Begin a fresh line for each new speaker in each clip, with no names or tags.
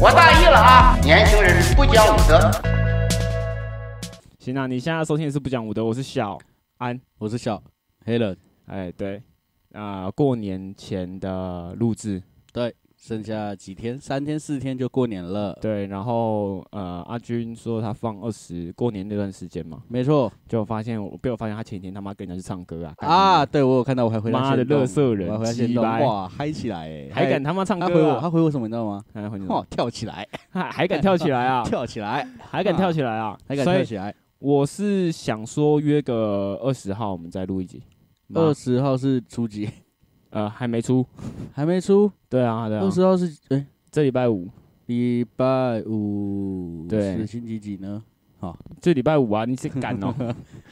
我大意了啊！年轻人不讲武德。
行啊，你现在收听的是不讲武德，我是小安。
我是小黑人，
哎，对，啊、过年前的录制，
剩下几天，三天四天就过年了。
对，然后呃，阿军说他放二十过年那段时间嘛，
没错
就发现我被我发现他前几天他妈跟人家去唱歌啊，
啊，对我有看到，我还回他
妈的
限动
乐色人
我还回他限
鸡
动，
掰
哇，嗨起来哎，
还敢他妈唱
他回
歌
我，
啊哎
他回我什么你知道吗？
还还
哇，跳起来，
还还敢跳起来 啊，
跳起来，
还敢跳起来啊，
还敢
所
跳
以
起来。
我是想说约个二十号我们再录一集，妈
二十号是初几？
呃还没出，
还没出。
对啊对啊
二，十号是哎，
这礼拜五
礼拜五
对
是星期几呢？
这礼拜五啊，你是敢 哦，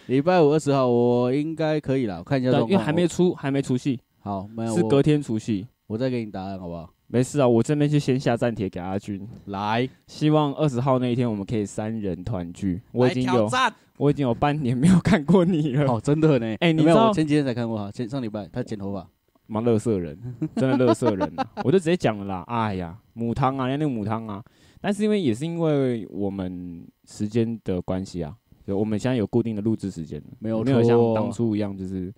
礼拜五二十号，我应该可以了，我看一下
对
状况。
因为还没出还没出戏，
我好，没有
是隔
我
天出戏，
我再给你答案好不好？
没事啊，我这边就先下站帖给阿军。
来，
希望二十号那一天我们可以三人团聚。我已
来
经
挑
有
战。
我已经有半年没有看过你 了，
哦，真的呢。
哎你
没有，
知道
我前几天才看过他，前上礼拜他剪头发。
妈乐色人，真的乐色 人、啊，我就直接讲了啦。哎呀，母汤啊，人家那个母汤啊，但是因为也是因为我们时间的关系啊，就我们现在有固定的录制时间了，
没有
没有像
错
当初一样，就是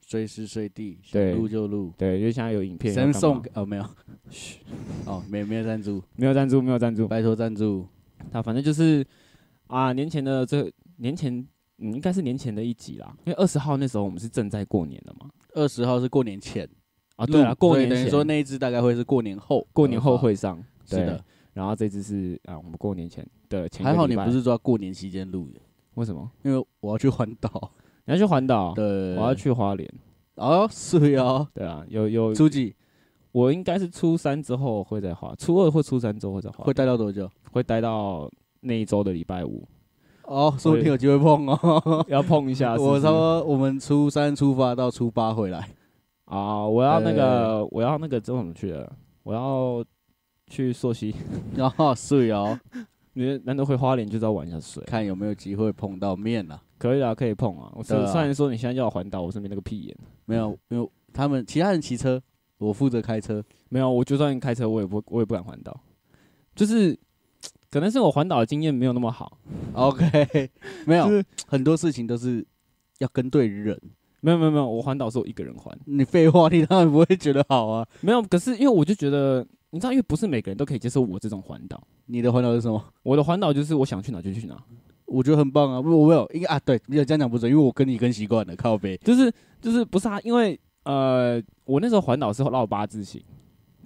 随时随地
对
想录就录，
对，因为现在有影片，
神
要干
送
嘛
给哦没有，哦没没有赞助，
没有赞助，没有赞助，
拜托赞助，
他反正就是啊，年前的这年前。嗯，应该是年前的一集啦，因为二十号那时候我们是正在过年的嘛。
二十号是过年前
啊，对啊，
录
过
所以
年
等于
前
说那一支大概会是过年后，
过年后会上，
是
对
的。，
然后这次是啊，我们过年前的前一个
还好
礼
你
拜
不是抓过年期间录的，
为什么？
因为我要去环 岛，
你要去环岛，
对，
我要去花莲，
哦是 哦，
对啊，有有，
初几
我应该是初三之后会再花，初二或初三之后会再花，
会待到多久？
会待到那一周的礼拜 五，
哦，说不定有机会 碰哦。
要碰一下啊是不是。
我差不多我们初三出发到初八回来，
啊，我要那
对
个，我要那个，这怎么去的？我要去溯溪，
然后是哦，
你难得回花莲就知道玩一下水，
看有没有机会碰到面啦。
可以啊，可以碰啊。我虽
对啊
虽然说你现在叫我环岛，我是没那个屁眼。嗯
没有，因为他们其他人骑车，我负责开 车。
没有，我就算开车，我也不我也不敢环岛，就是可能是我环岛的经验没有那么好，
OK，没 有
就是
很多事情都是要跟对人。
没有没有没有，我环岛是我一个人环，
你废话，你当然不会觉得好啊。
没有，可是因为我就觉得，你知道，因为不是每个人都可以接受我这种环岛，
你的环岛是什么？
我的环岛就是我想去哪就去哪，
我觉得很棒啊，不，我没有，应该啊，对，你有这样讲不准，因为我跟你跟习惯了，靠背。
就是就是不是啊，因为呃，我那时候环岛是绕八字形，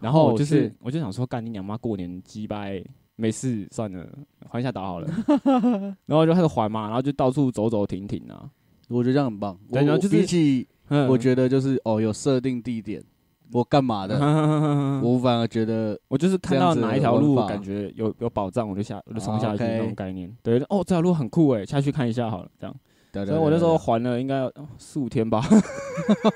然后
哦
就是是我就想说，干你娘妈过年鸡掰。没事，算了，环一下岛 好了。然后就开始环嘛，然后就到处走走停停啊。
我觉得这样很棒。我
对然后
我
就是
比起
嗯
我 觉得就是哦，有设定地点，我干嘛
嗯
的，我反而觉得
我就是看到哪一条
这样
路
子的玩法
感觉有有保障，我就下我就冲下去
啊，OK
那种概念。对，哦，这条路很酷哎，下去看一下好了，这样。
对，
所
所
以我那时候环了应该哦四五天吧，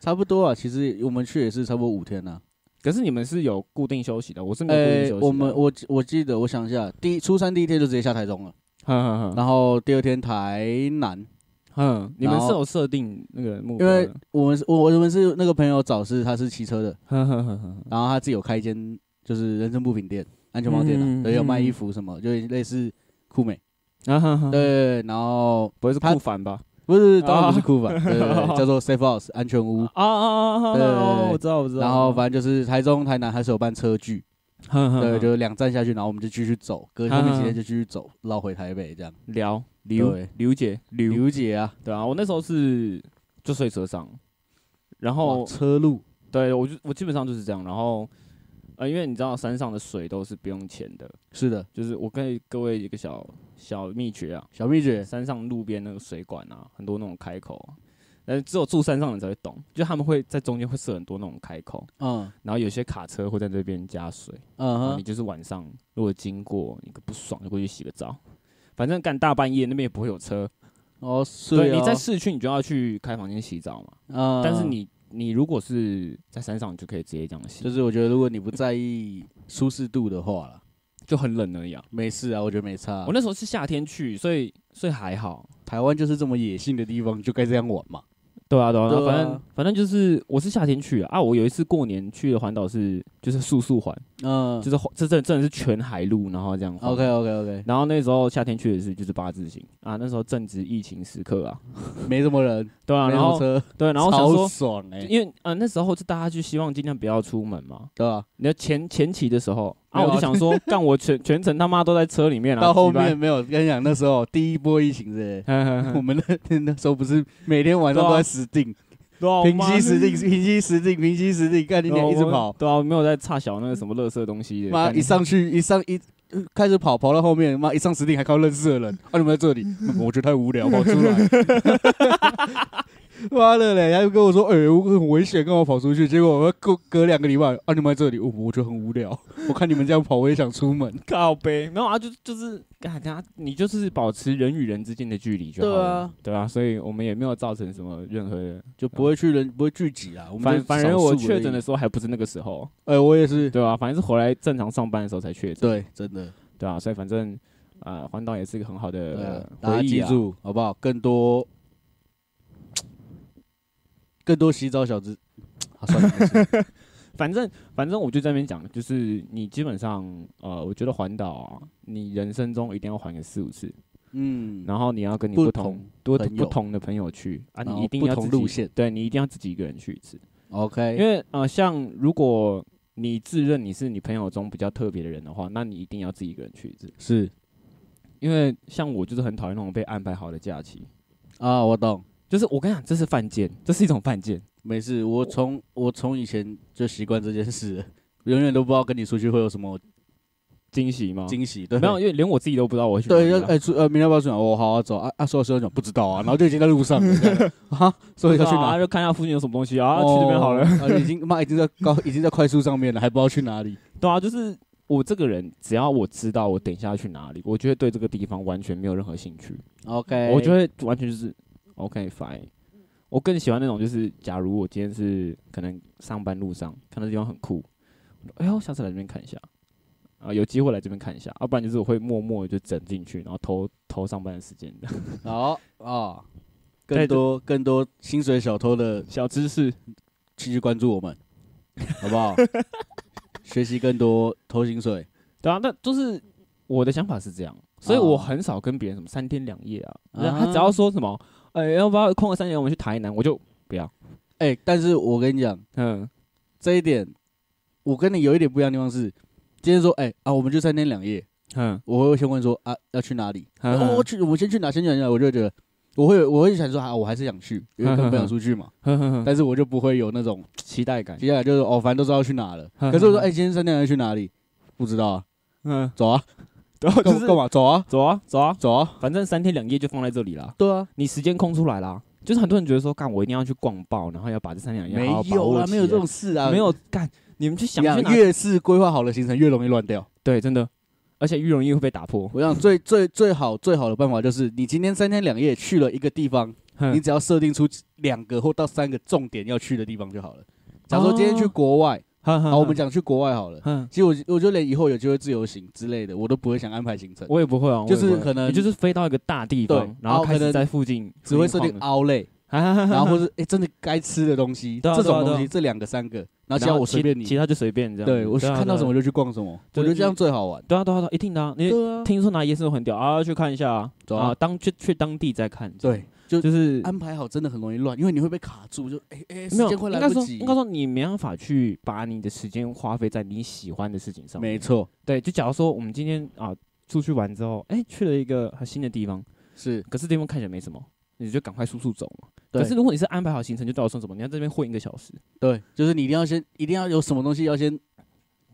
差不多啊。其实我们去也是差不多五天呢、啊。
可是你们是有固定休息的，我是没有固定
哎、
休息的。
我们我记我记得，我想一下，第一初三第一天就直接下台中了，
哼，哼哼
然后第二天台南，
哼，嗯你们
然后
是有设定那个目
因
标的，
为我们是我我们是那个朋友早是他是骑车的，
哼哼哼哼，
然后他自己有开一间就是人生不品店、安全帽店
嗯
啊，对，有卖
嗯
衣服什么，就类似酷美，
啊哼哼，
对，对，对然后
不会是
他
酷凡吧？
不是当
啊
然不是酷吧，对对 对，叫做 Safe House 安全屋
啊，啊啊啊！
对对对
哦我知道我知道。
然后反正就是台中、台南还是有办车距，
哼哼
对，
哼
就是两站下去，然后我们就继续走，隔后面几
嗯嗯嗯
天
嗯
就继续走，绕回台北这样。
聊刘
对
刘姐刘
刘姐啊，
嗯对啊，我那时候是就睡车上，然后
哇车路
对我就我基本上就是这样，然后呃，因为你知道山上的水都是不用钱的，
是的，
就是我跟各位一个小小秘诀啊，
小秘诀
山上路边那个水管啊，很多那种开口、啊，但是只有住山上的人才会懂，就他们会在中间会设很多那种开口，
嗯
然后有些卡车会在这边加水，
嗯
然后你
哼，
就是晚上如果经过你不爽就过去洗个澡，反正干大半夜那边也不会有车，
哦是
对，你
哦
在市区你就要去开房间洗澡嘛，
嗯，
但是你你如果是在山上，你就可以直接这样洗，
就
就是
我觉得如果你不在意舒适度的话啦，
就很冷而已啊。
没事啊，我觉得没差
我。那时候是夏天去，所以所以还好。
台湾就是这么野性的地方，就该这样玩嘛。
对啊，对啊，
对啊
反正反正就是我是夏天去的啊，我有一次过年去的环岛是就是速速环，
嗯
就是环这真真的是全海路，然后这样环
，OK OK OK，
然后那时候夏天去的是就是八字形啊，那时候正值疫情时刻啊，
没什么人，
对啊，
没什
然
么
后
车，
对，然后想
超
说，
爽哎，
因为呃那时候就大家就希望尽量不要出门嘛。
对吧？
你的前前期的时候啊，
没有啊
我就想 说，干我全全程他妈都在车里面啊，
到后
鸡巴
面，没有，跟你讲那时候第一波疫情是不是，我
对
们那那时候不是每天晚上都
嗯对啊
在实定，
啊，
平
息
息实定，平息实定，平息实定，干你俩一直跑，
对啊，我没有在差小那个什么垃圾东西的，
妈
干
一上去一上一呃开始跑，跑到后面，妈一上实定还靠认识的人，啊你们在这里，我觉得太无聊，跑出来， 妈的嘞，他就跟我说，哎、我很危险，跟我跑出去，结果我隔隔两个礼拜，啊你们在这里，哦我觉得很无聊， 我看你们这样跑，我也想出门，
靠背，没有啊，就就是，干他，你就是保持人与人之间的距离就好了，对啊，所以我们也没有造成什么任何的，
就不会去人不会聚集啊，我
反反正我确诊的
的，
时候还不是那个时候，
哎、我也是，
对啊，反正是回来正常上班的时候才确诊，
对，真的。
对啊，所以反正啊，环岛也是一个很好
对啊
的
大
回
家
忆
记
啊，
住好不好？更多更多洗澡小子，啊、算了， 没事
反正反正我就在那边讲，就是你基本上呃，我觉得环岛啊，你人生中一定要环个四五次，
嗯，
然后你要跟你
不
不
同
同多
朋
不
友
同的朋友去啊，
然
你
后
一定
不
要
同
自己
路线
对你一定要自己一个人去一次。
OK，
因为呃，像如果你自认你是你朋友中比较特别的人的话，那你一定要自己一个人去一次。
是
因为像我就是很讨厌那种被安排好的假期，
啊，我懂，
就是我跟你讲，这是犯贱，这是一种犯贱。
没事，我从我从以前就习惯这件事 了，永远都不知道跟你出去会有什么
惊喜吗？
惊喜，对，
哦没有，因为连我自己都不知道我会去哪
对，
里啊。
要哎，出呃，明天要不要去哪？我好好走啊啊！所有所有讲不 知道啊，然后就已经在路上了这样啊，所以要去
对啊
哪？
就看一下附近有什么东西啊，去那边好了。
哦，啊已经妈已经在高已经在快速上面了，还不知道去哪里。
对啊，就是我这个人，只要我知道我等一下要去哪里，我就会对这个地方完全没有任何兴趣。
OK，
我觉得完全就是 OK fine。我更喜欢那种就是，假如我今天是可能上班路上看到地方很酷，我说哎呦，下次来这边看一下啊，有机会来这边看一下，啊要、不然就是我会默默地就整进去，然后偷偷上班的时间的
好啊，
再
更
度
多更多薪水小偷的，
小知识。
继续关注我们，好 不好？学习更多偷薪水
对啊，那就是我的想法是这样，所以
哦
我很少跟别人什么三天两夜啊，
啊
他只要说什么，哎、要不要空了三天我们去台南，我就不要，
哎、但是我跟你讲
嗯，
这一点，我跟你有一点不一样的地方是，今天说哎、啊，我们就三天两夜，
嗯，
我会先问说啊要去哪里？
嗯
哦，我去，我们先去哪？先去哪？我就会觉得。我会我会想说啊，我还是想去，因为跟朋友出去嘛，
呵呵呵
但是我就不会有那种
期待感，
接下来就是哦，反正都知道去哪了。可是我说，哎，今天三天两夜去哪里？不知道啊，
嗯，
走啊，
然后 就
干
是
干嘛？走啊，
走啊走啊，
走啊，
反正三天两夜就放在这里啦，
对啊，
你时间空出来啦。就是很多人觉得说，干我一定要去逛爆，然后要把这三天两夜
没
好好把
有
握
啊，
起
没有
来
这种事啊，
没有干，你们去
一
想
样。
去
想
哪？
越是规划好的行程，越容易乱掉。
对，真的，而且越容易会被打破。
我想最最最好最好的办法就是，你今天三天两夜去了一个地方，你
哼
只要设定出两个或到三个重点要去的地方就好了。假如
哦
说今天去国外，
哼哼
好，我们
讲，
讲去国外好了。
哼，
其实我我就连以后有机会自由行之类的，我都不会想安排行程，
我也不会啊，我也
就是
不会
可能
你就是飞到一个大地
对
方，然
然
后
后
开
可能
始在附近，
只会设定
啊，
凹类，然
然
后或是哎真的该吃的东西，
对啊
这
对
种
啊对啊
东西这两个三个，然后其他我随便
其
你，
他就随便这样子。
对我
啊
看到什么
对啊
就去逛什么，我
对
觉得这样最好玩。
对啊对啊对啊，一定的啊。你
对啊，
听说哪夜市都很屌啊，去看一下啊
走啊
啊，当去去当地再看。
对，就
就是
安排好真的很容易乱，因为你会被卡住，就哎哎、啊时
没有，
间会
应
来
该
不
说，
及。
应该说你没办法去把你的时间花费在你喜欢的事情上面。
没错，
对，就假如说我们今天啊出去玩之后，哎、去了一个很新的地方，
是
可是地方看起来没什么，你就赶快速速走嘛。
对
可是如果你是安排好行程，就到底算什么？你要这边混一个小时，
对，就是你一定要先，一定要有什么东西要先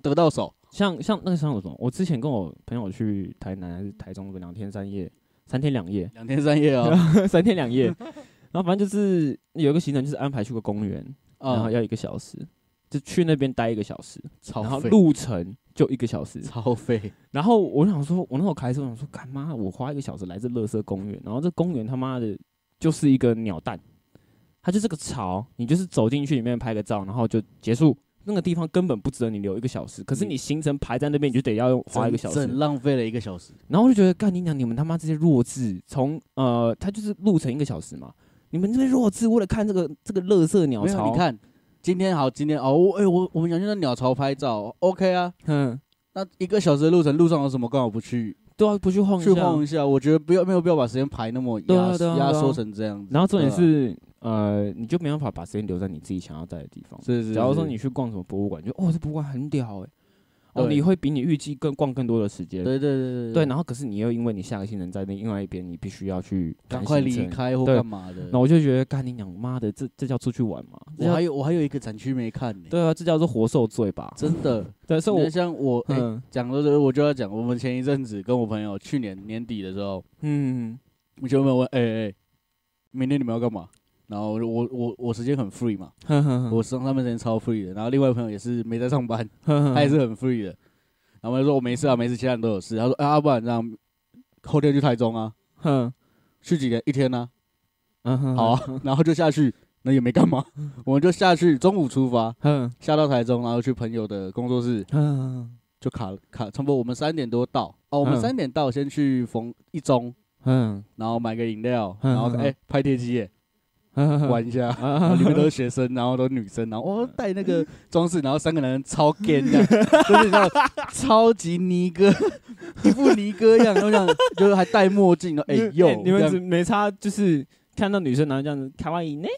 得到手。
像像那个像什么？我之前跟我朋友去台南还是台中两天三夜，三天两夜，
两天三夜啊、
三天两夜，然后反正就是有一个行程就是安排去个公园，然后
啊，
要一个小时，就去那边待一个小时，然
超
后
费，
路程就一个小时，
超费，
然后我想说，我那时候开车，我想说，干妈，我花一个小时来这乐色公园，然后这公园他妈的就是一个鸟蛋，它就是个巢，你就是走进去里面拍个照，然后就结束。那个地方根本不值得你留一个小时，可是
嗯
你行程排在那边，你就得要用花一个小时
整。浪费了一个小时。
然后我就觉得，干你娘，你们他妈这些弱智，从呃，它就是路程一个小时嘛，
你们这边弱智，为了看这个这个乐色鸟
没有，啊
巢，
你，看今天好，今天哦，我哎、我我们想去那鸟巢拍照，OK 啊。
嗯，
那一个小时的路程，路上有什么干嘛不去
对啊，不去晃一
去
下。
晃一下？我觉得不要没有必要把时间排那么
对啊
压
对啊
压
对啊
缩成这样子。
然后重点
对啊，
是，呃，你就没办法把时间留在你自己想要在的地方。
是是
假如说
是
你去逛什么博物馆，就哦，这博物馆很屌哎、哦，
对
你会比你预计更逛更多的时间。
对对对
对，然后可是你又因为你下个行程在那另外一边，你必须要去
赶
赶
快
行
离
程。
开或
对
干嘛的。
那我就觉得，干你娘妈的，这这叫出去玩吗？这
我
叫
还有我还有一个展区没看呢、
对啊，这叫做活受罪吧？
真的。
对，所以我
你看像我哎
嗯
讲到这个，我就要讲，我们前一阵子跟我朋友去年年底的时候，
嗯，
我就问问哎哎，明天你们要干嘛？然后我就我我我时间很 free 嘛，
哼哼哼
我上上班时间超 free 的。然后另外一个朋友也是没在上班，
哼哼
他也是很 free 的。然后我就说我没事啊，没事，其他人都有事。他说啊，要不然这样，后天去台中啊，
哼
去几天一天呢、
嗯哼，
啊？好啊， 然后就下去，那也没干嘛，我们就下去，中午出发，
哼
下到台中，然后去朋友的工作室，
哼
就卡卡，差不多我们三点多到哦，我们
嗯
三点到，先去逢一中，
哼
然后买个饮料，
嗯
然后
嗯
哎、拍贴机耶，
哼，
玩一下，
啊
然后里面都是学生，然后都是女生，然后哦带那个装饰，然后三个男人超 gay 这 样，就是那种超级尼哥，一副尼哥样，然后这样就是还戴墨镜，然后哎
你
呦，
你
这
们
样
只没差，就是看到女生然后这样子，卡哇伊呢，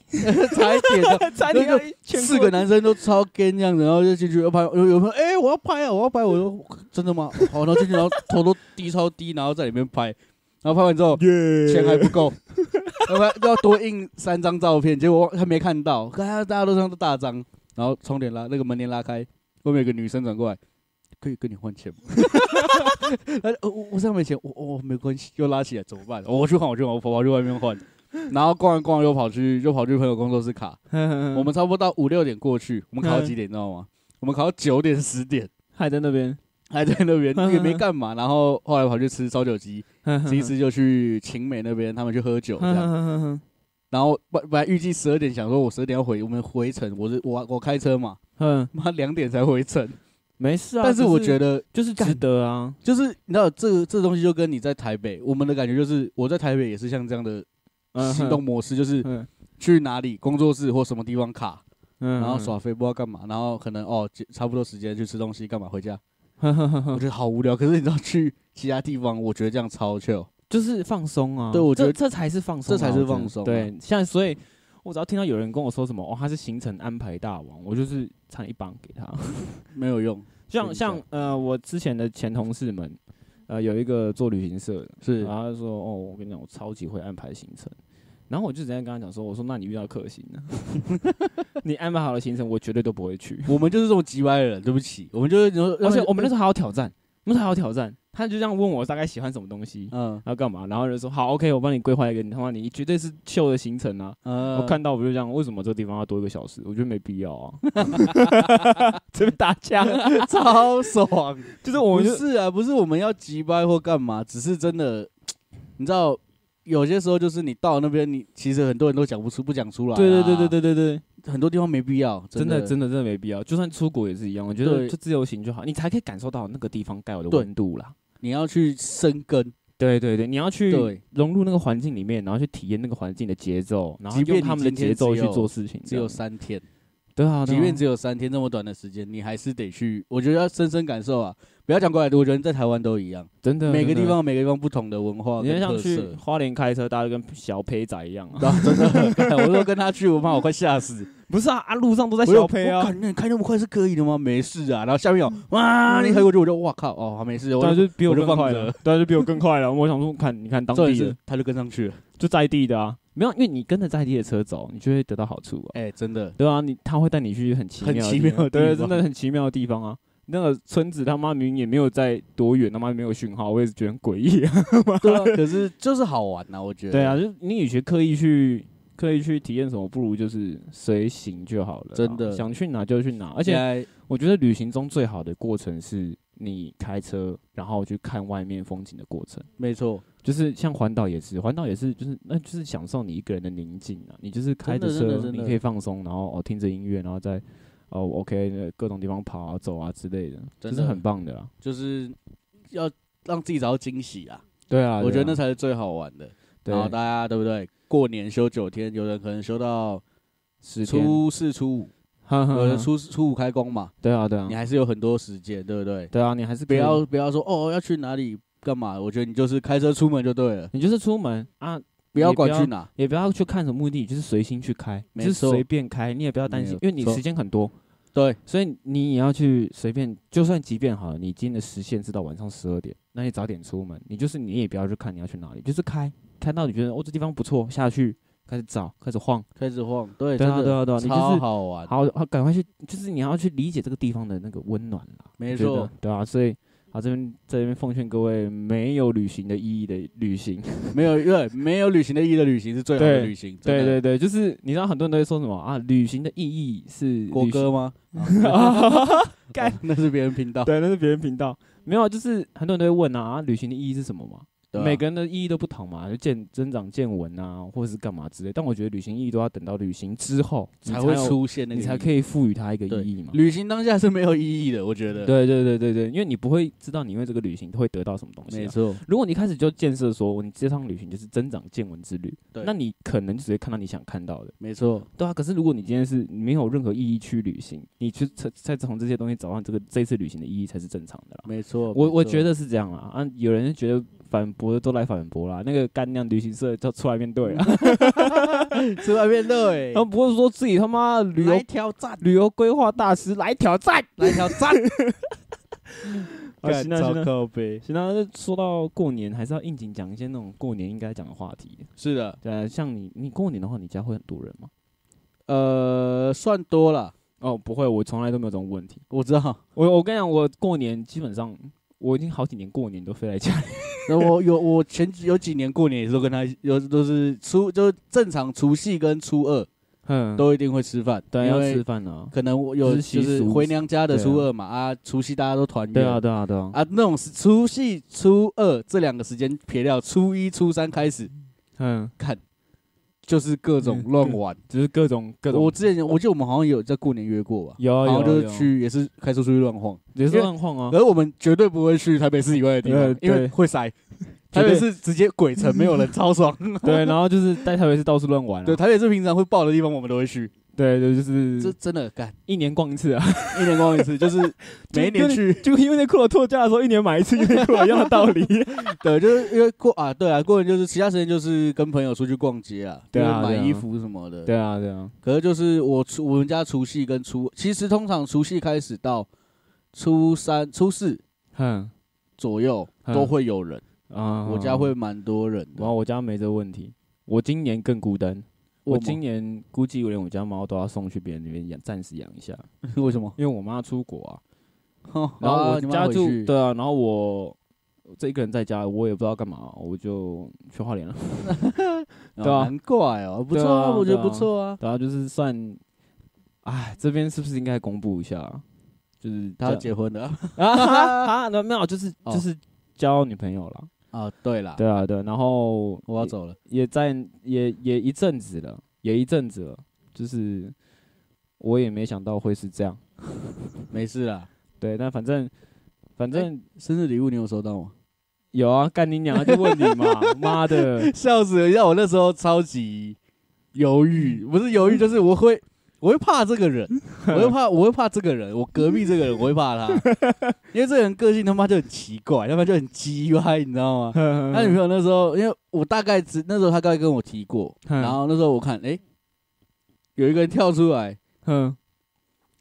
差一 点的。
差
点
点
要
要
四个男生都超 gay 这样子，然后就进去要拍，有有朋友哎，我要拍啊，我要拍，我说真的吗？好，然后进去，然后头都低超低，然后在里面拍，然后拍完之后钱还不够，要不然要多印三张照片，结果他没看到，看他大家都上都大张，然后窗帘拉那个门帘拉开，外面有个女生转过来，可以跟你换钱吗？ 他说呃我我身上没钱，我我没关系，又拉起来怎么办？哦我去换，我去换，我跑跑去外面换，然后逛完逛完又跑去又跑去朋友工作室卡，
我
我们差不多到五六点过去，我们考到几点你知道吗？我们考到九点十点。
还在那边，
还在那边也没干嘛，然后后来跑去吃烧酒鸡，
嗯
吃一吃就去晴美那边，他们去喝酒这样。
哼
然后本本来预计十二点，想说我十二点要回，我们回程，我是我我开车嘛，
哼，
妈两点才回程。
没事啊。
但是我觉
得
得
就是值得啊，
就是你知道这这东西就跟你在台北，我们的感觉就是我在台北也是像这样的行动模式，就是
嗯，
去哪里工作室或什么地方卡，
嗯
然后耍飞不知道干嘛，然后可能哦结差不多时间去吃东西干嘛 回家，我
爽，
觉得好无聊。可是你知道去其他地方，我觉得这样超 chill。
就是放松啊。
对我觉得
这这才是放松啊，
这才是
我觉得
放松啊
对，像所以。我只要听到有人跟我说什么哦，他是行程安排大王，我就是差一棒给 他。
没有用，
像
是
像呃，我之前的前同事们，呃，有一个做旅行社的，
是
然后他就说：“哦，我跟你讲，我超级会安排行程。”然后我就直接跟他讲说：“我说，那你遇到克星呢？ 你安排好的行程，我绝对都不会去。
我们就是这么急歪的人，对不起，我们就是你说，
而且我们那时候还有挑战，我们那时候还有挑战。他就这样问我大概喜欢什么东西，
嗯
然后干嘛，然后就说：好，OK，我帮你规划一个，你他妈你绝对是秀的行程啊！
呃，
我看到我就这样，为什么这地方要多一个小时？我觉得没必要 啊。这边打架，
超爽，
就是我们
不
就是
啊，不是我们要急掰或干嘛，只是真的，你知道，有些时候就是你到那边，你其实很多人都讲不出，不讲出来、啊
对对对对，对对对。”
很多地方没必要，
真
的
的真的真的没必要，就算出国也是一样，我觉
对
得就自由行就好，你才可以感受到那个地方该有的
对
温度啦。
你要去生根，
对对对，你要去
对
融入那个环境里面，然后去体验那个环境的节奏，然后
即便
用
你
他们的
今天
节奏
只
去
有
做事情。
只
这
有
样
三天，
对啊，对
即
啊
便只有三天这么短的时间，你还是得去，我觉得要深深感受啊。不要讲过来的，我觉得在台湾都一样，
真的
每
真
个
的
地方有每个地方不同的文化
你
跟
看像
特
去
哦色。
花莲开车，大家就跟小胚仔一样啊，
然后真的，我说跟他去，我怕我快吓死。
不是啊，啊路上都在
我有
小胚
我
啊，嗯
看那你开那么快是可以的吗？没事啊。然后下面有哇，你开过去，我就哇靠，哦，好没事。
对啊，
我
就比
我
我
就
更
放
快
着
了，对啊，就比我更快了。我想说，看你看当
重点
地
是
的，
他就跟上去了。
就在地的啊，没有，因为你跟着在地的车走，你就会得到好处啊。
哎，真的，
对啊，你他会带你去很奇妙的地
很奇妙的地
对，啊
方
真的很奇妙的地方啊。那个村子他妈明明也没有在多远，他妈没有讯号，我也是觉得很诡异啊。
对啊。可是就是好玩呐，我觉得。
对啊，，就是你与其刻意去刻意去体验什么，不如就是随行就好了啊。
真的
想去哪就去哪。而
而
且
且
我觉得旅行中最好的过程是你开车，然后去看外面风景的过程。
没错，
就是像环岛也是，环岛也是，就是那就是享受你一个人的宁静啊。你就是开着
真的真的
车，
真的
你可以放松，然后哦听着音乐，然后再哦 OK 呃各种地方跑啊走啊之类的，
真的
这是很棒的啊。
就是要让自己找到惊喜啊。
对啊，
我觉得那才是最好玩的。
对
然，后大家对不对？过年休九天，有人可能休到
十天，
初四、初五，
呵呵
有人
呵
初初五开工嘛，
对啊对啊
你还是有很多时间，对不嗯对？
对啊，你还是
不
可以
要不要说哦要去哪里干嘛，我觉得你就是开车出门就对了，
你就是出门啊，
不要管
也不要
去哪。
也不要去看什么目的，就是随心去开，
没
就是
错
随便开，你也不要担心，因
没有
为你
错
时间很多，
对，
所以你也要去随便，就算即便好了，你今天的时限是到晚上十二点，那你早点出门，你就是你也不要去看你要去哪里，就是开，开到你觉得哦这地方不错，下去开始找，开始晃，
开始晃，对，
对啊
真的
对啊对啊你就是
超好玩，
好好赶快去，就是你要去理解这个地方的那个温暖啦，
没
我觉得
错，，
对啊，所以。好，这边在这边奉劝各位没有旅行的意义的旅行，
没有对，没有旅行的意义的旅行是最好的
对
旅行，真
对对
的
对，就是你知道很多人都会说什么啊，旅行的意义是
国
旅行
歌吗？
干
哦那是别人频 道，
对，那是别人频道。没有，啊就是很多人都会问啊，啊旅行的意义是什么嘛？
对啊
每个人的意义都不同嘛，就见增长见闻啊，或者是干嘛之类。但我觉得旅行意义都要等到旅行之后你
才会
有，
出现那
你
个意义，
才可以赋予它一个
对
意义嘛。
旅行当下是没有意义的，我觉得，，
对对对对对，因为你不会知道你因为这个旅行会得到什么东西、
没
啊。
错，
如果你开始就建设说，哦你这趟旅行就是增长见闻之旅，
对
那你可能只会看到你想看到的。
没错，
对啊，可是如果你今天是没有任何意义去旅行，你去再再从这些东西找到这个这一次旅行的意义才是正常的啦。
没错，
我我觉
得
得是这样啦，啊，有人觉得反驳的都来反驳啦，那个干娘旅行社就出来面对了，
吃外面的 哎
他，们不会说自己他妈哦旅游啊
来挑战，
旅游规划大师来挑战，
来挑 战，
啊行啊行啊
靠背，
行啊，那说到过年，还是要应景讲一些那种过年应该讲的话题。
是的，
对啊，像你，你过年的话，你家会很多人吗？
呃，算多了，
哦，不会，我从来都没有这种问题。
我知道。
我我跟你讲，我过年基本上我已经好几年过年都飞来家里。
那我有我前几有几年过年也是都跟他有都是初就是正常除夕跟初二
嗯，
都一定会吃饭，
对，
因
要吃
为
饭啊。
可能我有
这是习
就
俗
是回娘家的
对啊
初二嘛啊，除夕大家都团圆，
对啊，对啊，对啊。
啊那种是除夕初二这两个时间撇掉，初一初三开始
嗯，
看就是各种
嗯
乱玩。
只是各种各种。
我之前我记得我们好像有在过年约过吧，
有啊
然
有啊
后
有
就是
啊
去也是开车出去乱晃，
也是
因为
乱晃啊。
而我们绝对不会去台北市以外的地
呃
方，因为
对
会塞。
绝
台
对
北市直接鬼城没有人，超爽。
对，然后就是在台北市到处乱玩、啊。
对，
对
台北市平常会爆的地方，我们都会去。
对，就
这
是
真的干
一年逛一次啊。
一年逛一次，就是每一年去，
就跟优内裤有特价的时候，一年买一次优内裤一样的道理。
对，就是因为过啊，对啊，过年就是其他时间就是跟朋友出去逛街啊，
对啊
就是
对啊
买衣服什么的。
对啊，对啊，
可是就是我除我们家除夕跟初，其实通常除夕开始到初三、初四
哼
左右
嗯哦
都会有人，
啊，
我家会，蛮多人
然后
的。
我家没这问题。我今年更孤单，
为
我
什么
今年估计我连我家猫都要送去别人那边养，暂时养一下，
为什么？ 啊
因为我妈出国啊，然
然
后我家
就
住对啊，然后我这一个人在家，我也不知道干嘛，啊我就去花莲了。啊对啊
难怪哦，不
对
错
啊
啊，我觉得
对啊
不 错啊。
然后就是算，哎，这边是不是应该公布 一下啊？就是
他
这
要结婚了
啊 哈哈，那没有，就是
哦
就是交女朋友了。
啊！对啦，
对啊，对，然后
我要走了。
也在也也一阵子了，也一阵子了，就是我也没想到会是这样。
没事啦，
对，但反正反正
生日礼物你有收到吗？
有啊，干你娘啊就问你 嘛，妈的，
笑死了！让我那时候超级犹豫，不是犹豫，就是我会，我会怕这个人，我会怕，我会怕这个人，我隔壁这个人，我会怕他，因为这个人个性他妈就很奇怪，要不然就很鸡歪，你知道吗？他女朋友那时候，因为我大概知那时候他大概跟我提过，
嗯
然后那时候我看，诶，有一个人跳出来，
嗯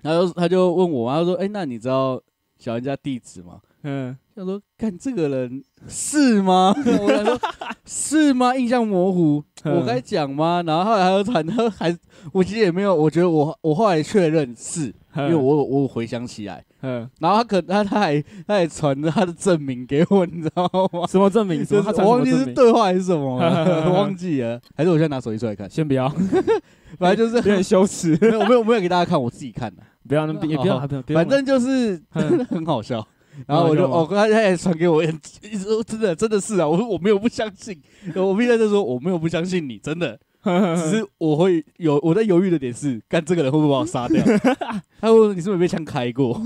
他就他就问我，他说，诶，那你知道小人家地址吗？
嗯，
想说，看这个人是吗？我 想说，是吗？印象模糊，
嗯
我该讲吗？然后后来他又谈，他还，我其实也没有，我觉得我我后来确认是，因为我有我有回想起来，
嗯
然后他可他他还他还传着他的证明给我，你知道吗？
什么证明？ 什么
就是
他传
我
什
忘
么
记
证
是
明？
对话还是什么 了，
嗯
忘记了，还是我现在拿手机出来看，
先不要，
反正就
有
是
点羞耻，哦
没有没有没有给大家看，我自己看的，
不 要，也不要，不要，不要嗯
反正就是真的 很好笑。然后我就
很好
哦，他他也传给我，一直说真的真的是啊，我说我没有不相信， 我必须在这说我没有不相信你，真的，只是我会有我在犹豫的点是，干这个人会不会把我 杀掉？ 他问我你是不是被枪开过？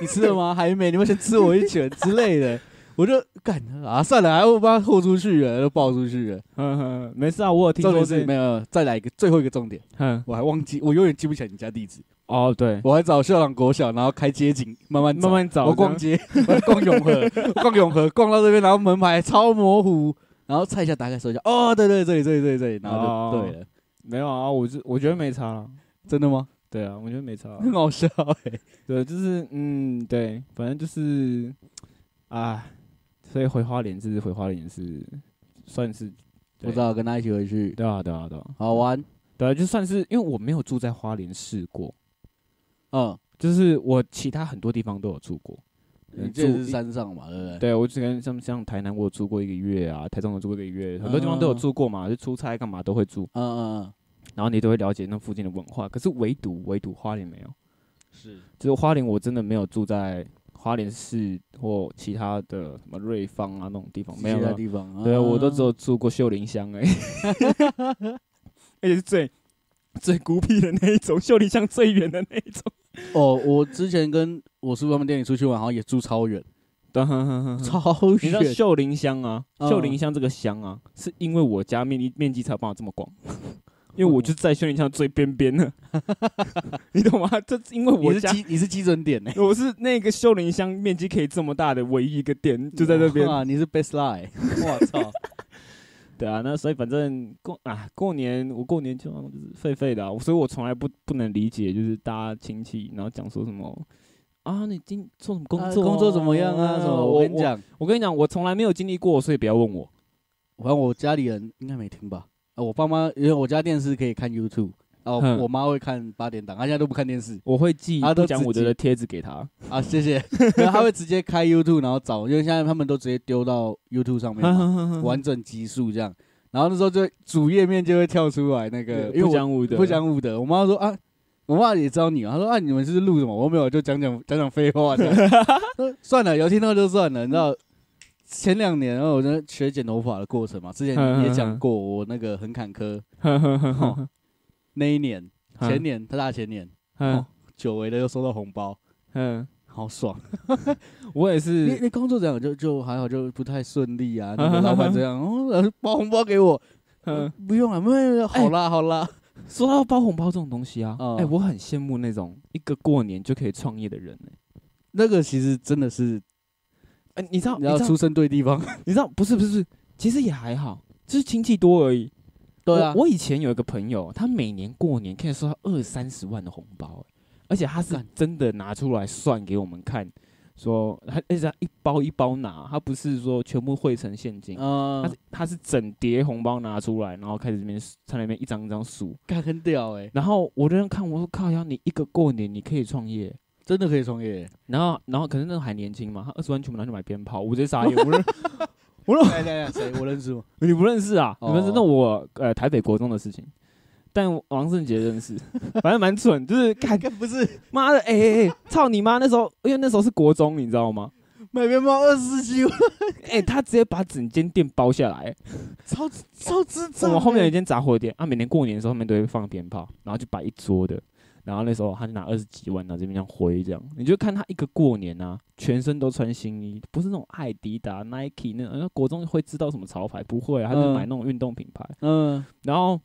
你吃了吗？还没，你们先吃我一拳之类的。我就干啊，算了，还我把它豁出去了，都爆出去了。
哼哼，没事啊，我有听
重
说
点是
这
没，有，再来一个最后一个重点，
哼，
我还忘记，我永远记不起来你家地址，
哦对，
我还找秀朗国小，然后开街景，慢慢
慢慢找，
我逛街， 我逛永和，我逛永和，逛到这边，然后门牌超模糊，然后猜一下，打开手机，哦，对对，这里这里这里这里，然后就
哦
对了，
没有啊，我是我觉得没差了，
真的吗？
对啊，我觉得没 差啊，
很好笑哎、
对，就是嗯，对，反正就是嗯啊，所以回花莲是回花莲是算是
不知道跟他一起回去，
对啊，对啊，对啊，
好玩，
对啊，就算是因为我没有住在花莲市过，
嗯，
就是我其他很多地方都有住过。
你
嗯
这
住
是山上嘛，对不对？
对我之前像像台南我有住过一个月啊，台中有住过一个月，很多地方都有
嗯
住过嘛，就出差干嘛都会住，
嗯嗯嗯，
然后你都会了解那附近的文化。可是唯独唯独花莲没有，
是，
就是花莲我真的没有住在花莲市或其他的什么瑞芳啊那种地方，没有
其
没
他
有。
地方，
对啊，我都
嗯
只有住过秀林乡而已， 而且是最最孤僻的那一种，秀林乡最远的那一种。
哦，我之前跟我叔他们店里出去玩，好像也住超远，超
你知道
远，
秀林乡啊？
嗯
秀林乡这个乡啊，是因为我家面积面积才有办法这么 广，因为我就在秀林乡最边边了， 你懂吗？这是因为
你
我
是
家。
基你是基准点 欸呢、
我是那个秀林乡面积可以这么大的唯一一个店，就在这边。
哇，你是 best line，我操，
对啊，那所以反正过啊过年，我过年就就是废废的、啊，所以我从来不不能理解，就是大家亲戚然后讲说什么啊，你今做什么 工
啊
作、
工作怎么样啊？什么？我跟你，讲，
我跟你讲，我从来没有经历过，所以不要问我。
反正我家里人应该没听吧？啊，我爸妈因为我家电视可以看 YouTube，然后
哼
我妈会看八点档，她现在都不看电视
我会寄
啊都
不讲
自
我
己
的贴纸给他，
啊，谢谢。 然后她会直接开 YouTube，然后找，因为现在他们都直接丢到 YouTube 上面嘛， 完整集数这样。然后那时候就主页面就会跳出来那个，因为
不
我
讲我的，
不 讲武德，我妈说啊。我妈也知道你嘛，她说啊，你们是录什么？我说没有，就讲讲讲讲废 话这样。说算了，有听到就算了。你知道前两年，然后我在学剪头发的过程嘛，之前
哼
也
哼
讲
哼
过，我那个很坎坷，
我
哦那一年，前年，他大前年，
嗯
哦久违的又收到红包，
嗯，
好爽。
我也
你
是，
你工作怎样？就就还好，就不太顺利啊。
嗯
那个老板这样，哦，包红包给我，
嗯，哎
不用啊，没有没有，好啦好啦。
说到包红包这种东西啊，
哦
哎，我很羡慕那种一个过年就可以创业的人哎
那个其实真的是
哎，你知道，
你
你
要
知道
出生对地方，
你知道不是不是，其实也还好，就是亲戚多而已。
对啊
我，，我以前有一个朋友，他每年过年可以收到二三十万的红包、欸，而且他是
干
真的拿出来算给我们看，说他而且他一包一包拿，他不是说全部汇成现金，他
嗯
是，他是整叠红包拿出来，然后开始这边在那边一张一张数，
干很屌哎，
然后我就在那看，我说靠呀，你一个过年你可以创业。
真的可以创业。欸
然后，然后可是那时候还年轻嘛，他二十万全部拿去买鞭炮，我直接傻 眼，我说
来来来，谁我认识吗？
你不哎认识啊？你
哦
不认识？那我呃台北国中的事情，但王圣杰 认识，反正蛮蠢，就是看
干不是
妈的，哎哎哎，操你妈！那时候因为那时候是国中，你知道吗？
买面包二十七万，
哎、他直接把整间店包下来。
超超智
我
障欸。
们后面有一间杂货店，啊，每年过年的时候他们都会放鞭炮，然后就摆一桌的。然后那时候他就拿二十几万，然后这边这样挥，这样你就看他一个过年啊，全身都穿新衣，不是那种爱迪达、Nike 那种，那呃国中会知道什么潮牌？不会啊，他就
嗯
买那种运动品牌。
嗯，
然后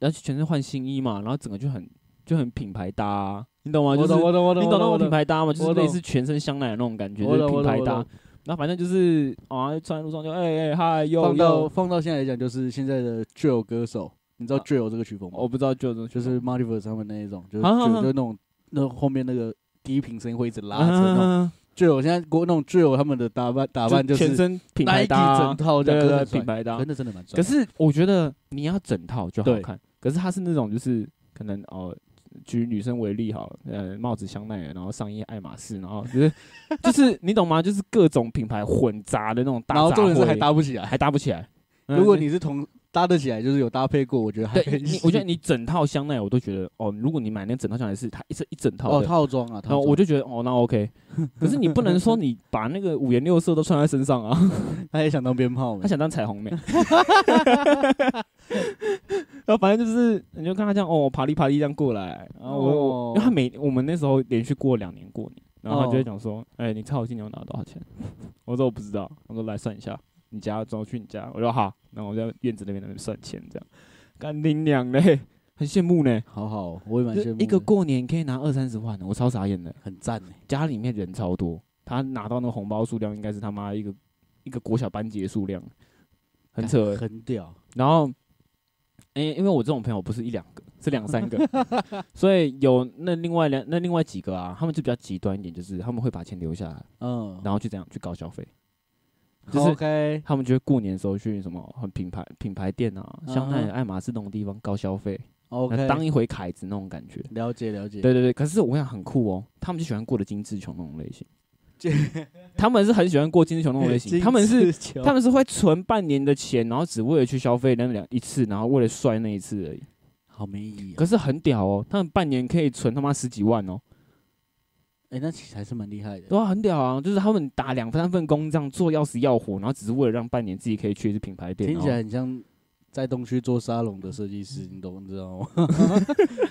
然后全身换新衣嘛，然后整个就很就很品牌搭、啊，你懂吗？就
我
是
懂我懂我懂，
你懂那
我
种品牌搭吗？就
我
是
懂
类似全身香奈儿那种感觉，
我
就是
懂
品牌
我懂我
搭
懂。
然后反正就是啊，穿在路上就哎哎嗨哟
放到
哟，
放到现在来讲，就是现在的 drill 歌手，你知道
啊
drill 这个曲风吗？
我不知道就
就是 m u l t i v e r s 他们那一种，就是
啊啊啊
就就那种那后面那个低频声会一直拉扯那种。
啊，
drill 现在国那种 drill 他们的打扮打扮就是
全身品牌
Nike
搭啊
整，套这
对对
样，
对，
真
品
的很
牌搭啊
帅，真。的真的蛮帅。
可是我觉得你要整套就好
对
看，可是他是那种就是可能哦。举女生为例好了，呃，帽子香奈儿，然后上衣爱马仕，然后就是就是你懂吗？就是各种品牌混杂的那种大
然后
杂
重点是
烩
还搭不起来，
还搭不起来。
如果
嗯
你是同搭得起来，就是有搭配过，我觉 得还
对
可以
你，我觉得你整套香奈儿我都觉得哦，如果你买那整套香奈儿是它一是一整套
哦
的，
套装啊，套
然后
装
我就觉得哦那 OK，可是你不能说你把那个五颜六色都穿在身上啊，
他也想当鞭炮嘛
他，想当彩虹 妹，然后反正就是你就看他这样哦，啪哩啪哩这样过来，然后我我
哦
因为他每我们那时候连续过两年过年，然后他就
哦
会讲说，哎你猜我今年有拿多少钱？ 我说我不知道，我说来算一下，你家走去你家，我说好，那我在院子那边那边算钱这样，干你娘嘞，很羡慕呢，
好好，我也蛮
就
羡慕的。
一个过年可以拿二三十万，我超傻眼的，
很赞欸呢，
家里面人超多，他拿到那个红包数量应该是他妈一个一个国小班级的数量，很扯欸、
很屌。
然后，诶、因为我这种朋友不是一两个，是两三个， 所以有那另外两那另外几个啊，他们就比较极端一点，就是他们会把钱留下来，
嗯，
然后去这样去搞消费。
就
就是是
OK，
他们就会过年的时候去什么很品牌品牌店啊，香奈儿、
嗯
爱马仕那种地方高消费，
OK，
当一回凯子那种感觉。
了解了解，
对对对，可是我想很酷哦，他们就喜欢过的精致穷那种类型。 他们是很喜欢过精致穷那种类 型，他们是
是
他们是会存半年的钱，然后只为了去消费那两一次，然后为了帅那一次而已。
好没意义哦。
可是很屌哦，他们半年可以存他妈十几万哦，
哎，那其实还是蛮厉害的。
对啊，很屌啊！就是他们打两三份工，这样做要死要活，然后只是为了让半年自己可以去一次品牌店。
听起
然
来
后
很像在东区做沙龙的设计师，你懂你知 道吗？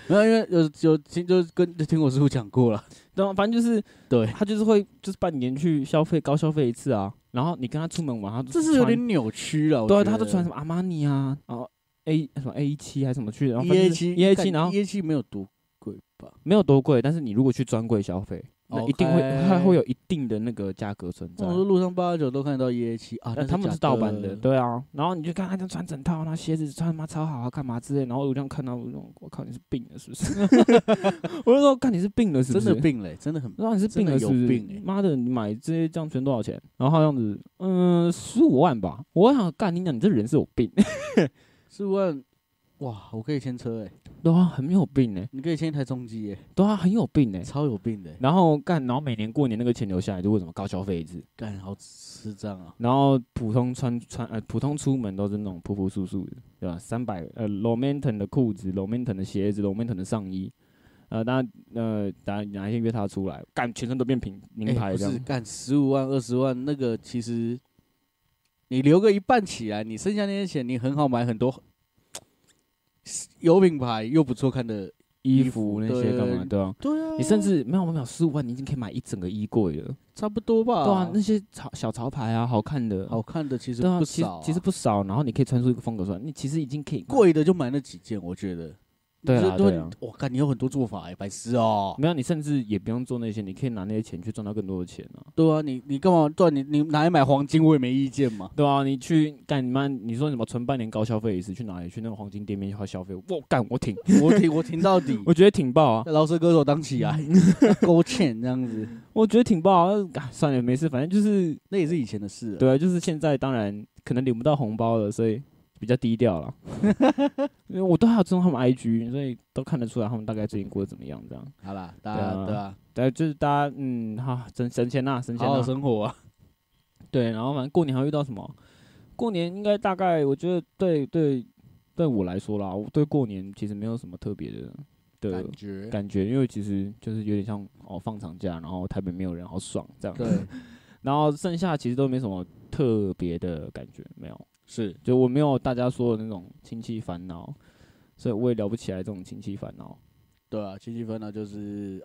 没有，因为有有听就跟就听我师傅讲过了，
对啊，反正就是
对，
他就是会就是半年去消费高消费一次啊，然后你跟他出门玩，他都
这是有
穿
点扭曲了。
对啊，他都穿什么阿玛尼啊，然后 A 什么 A 七还是什么去，然后
E A 七
E A 七，然后
E A 七没有多贵吧？
没有多贵，但是你如果去专柜消费，那一定会
OK
它会有一定的那个价格存在
我。说路上八九都看得到 E A 七啊，那
但
是
他们
假
是盗版的，对啊，然后你就看他这样穿整套，那鞋子穿他妈超好啊，干嘛之类，然后我这样看到我这种，我靠，你是病了是不是？ 我就说，看你是病了是不
真
是？
的病嘞，真的很
我说你是病了是不
真
是？
的有病欸
妈的，你买这些这样全多少钱？然后他这样子，嗯，十五万吧。我想干你讲，你这人是有病，
四五万，哇，我可以牵车哎，
对啊，很有病呢、
你可以牵一台中机哎，
对啊，很有病呢、
超有病的欸，
然后干，然后每年过年那个钱留下来，就为什么高消费一次？
干好吃障啊，
然后普通穿穿呃普通出门都是那种朴朴素素的，对吧？三百呃 Romanton 的裤子，Romanton 的鞋子，Romanton 的上衣，呃，当然呃，哪哪一天约他出来，干全身都变品名
哎
牌
不
这样，
是干十五万二十万那个其实。你留个一半起来，你剩下那些钱，你很好买很多有品牌又不错看的。
衣
衣服
服那些干嘛，
对
对啊？
对啊
你甚至没有没有十五万，你已经可以买一整个衣柜了，
差不多吧。
对啊，那些潮小潮牌啊，好看的，
好看的其实
对啊，
哦不
其实
少啊、
其实不少，然后你可以穿出一个风格出来，你其实已经可以买
贵的就买那几件，我觉得。
对
就
啦
就
对啊
我看你有很多做法哎、白痴哦、
没有，你甚至也不用做那些，你可以拿那些钱去赚到更多的钱啊。
对啊，你你干嘛？对啊、你你拿来买黄金，我也没意见嘛。
对啊，你去干你妈，你说什么存半年高消费一次，去哪里去那种黄金店面去消费？我干，我挺，，
我挺我嗯挺到底
我觉得挺爆啊，
饶舌歌手当起来， 勾芡这样子，
我觉得挺爆啊。啊算了，没事，反正就是
那也是以前的事了。
对啊，就是现在当然可能领不到红包了，所以比较低调了。因为我都还有追踪他们 IG，所以都看得出来他们大概最近过得怎么样这样。
好啦，大
对
家
啊
对啊，
对，就是大家嗯，哈、省省钱呐，省钱
好好
呐。
生活啊。
对，然后反正过年还会遇到什么？过年应该大概我觉得对对对我来说啦，我对过年其实没有什么特别的的
感觉
感觉，因为其实就是有点像哦放长假，然后台北没有人，好爽这样。
对，
然后剩下其实都没什么特别的感觉，没有，
是
就我没有大家说的那种亲戚烦恼，所以我也聊不起来这种亲戚烦恼。
对啊，七七分呢就是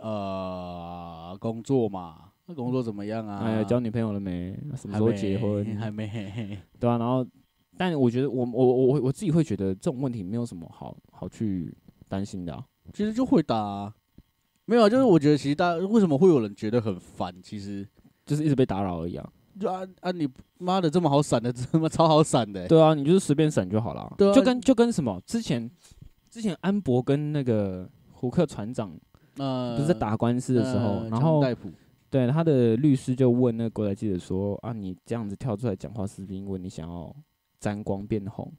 呃工作嘛，那工作怎么样啊？
哎呀，交女朋友了没？什么
还
时候
没
结婚？
还没。
对啊，然后，但我觉得我我我我自己会觉得这种问题没有什么好好去担心的啊、
其实就回答、啊，没有啊，就是我觉得其实大家为什么会有人觉得很烦？其实
就是一直被打扰而已啊。
就啊啊你妈的这么好闪的，这么超好闪的欸、
对啊，你就是随便闪就好了。
对啊
就跟就跟什么之前之前安博跟那个胡克船长
呃，
不是在打官司的时候，
呃
然
强
后
代普
对他的律师就问那个国台记者说啊，你这样子跳出来讲话是不是因为你想要沾光变红？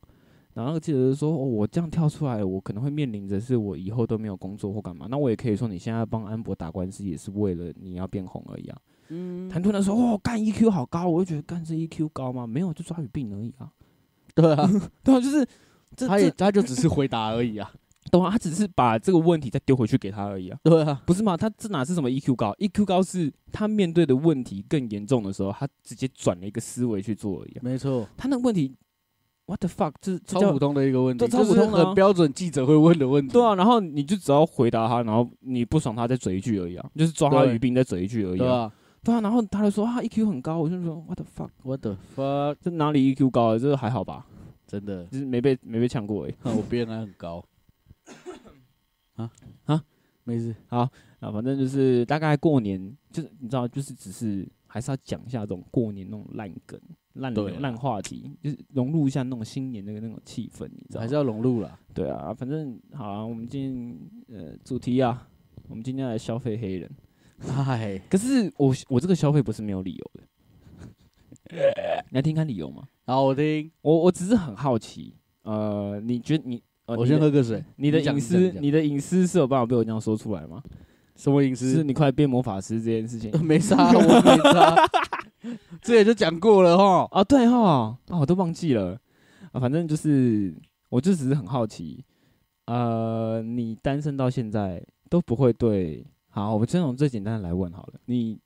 然后那个记者就说：“哦，我这样跳出来，我可能会面临着是我以后都没有工作或干嘛。那我也可以说，你现在帮安博打官司也是为了你要变红而已啊。
嗯，
很多人说：“哦，干 EQ 好高。”我就觉得干这 EQ 高吗？没有，就抓语病而已啊。
对啊，
对啊，就是这
他也
这
他就只是回答而已啊，
懂啊，他只是把这个问题再丢回去给他而已啊，
对啊，
不是吗？他这哪是什么 EQ 高？EQ 高是他面对的问题更严重的时候，他直接转了一个思维去做而已、啊。
没错，
他那个问题，what the fuck，这这
超
叫
普通的一个问题，
这超
就是
普通的啊
很标准记者会问的问题，
对啊，，然后你就只要回答他，然后你不爽他再嘴一句而已啊，就是抓他
对
语病再嘴一句而已
对
啊。
啊，
对啊，然后他就说啊 EQ 很高，我就说 what the fuck，
我的 fuck，
呃这哪里 EQ 高啊？这还好吧，
真的，
就是没被没被呛过而已。
我 BMI 很高。啊
啊，
没事，
好，那反正就是大概过年，就是你知道，就是只是还是要讲一下这种过年那种烂梗、烂
对啊
烂话题，就是融入一下那种新年的那种气氛，你知道
还
吗
是？要融入啦。
对啊，反正好啊，我们今天呃主题啊，我们今天来消费黑人。
嗨，
可是我我这个消费不是没有理由的， 你来听看理由吗？
好，我听，
我我只是很好奇，呃，你觉得你呃，
我
你
先
的
喝个水。
你的
讲
隐
讲
私，
讲
你的隐私是有办法被我这样说出来吗？
什么隐
是
私？
你快变魔法师这件 事情
没啥，我没 啥，这也就讲过了哈。
啊？对哈，
哦
啊，我都忘记了啊，反正就是，我就只是很好奇，呃，你单身到现在都不会对，好，我们先从最简单的来问好了，你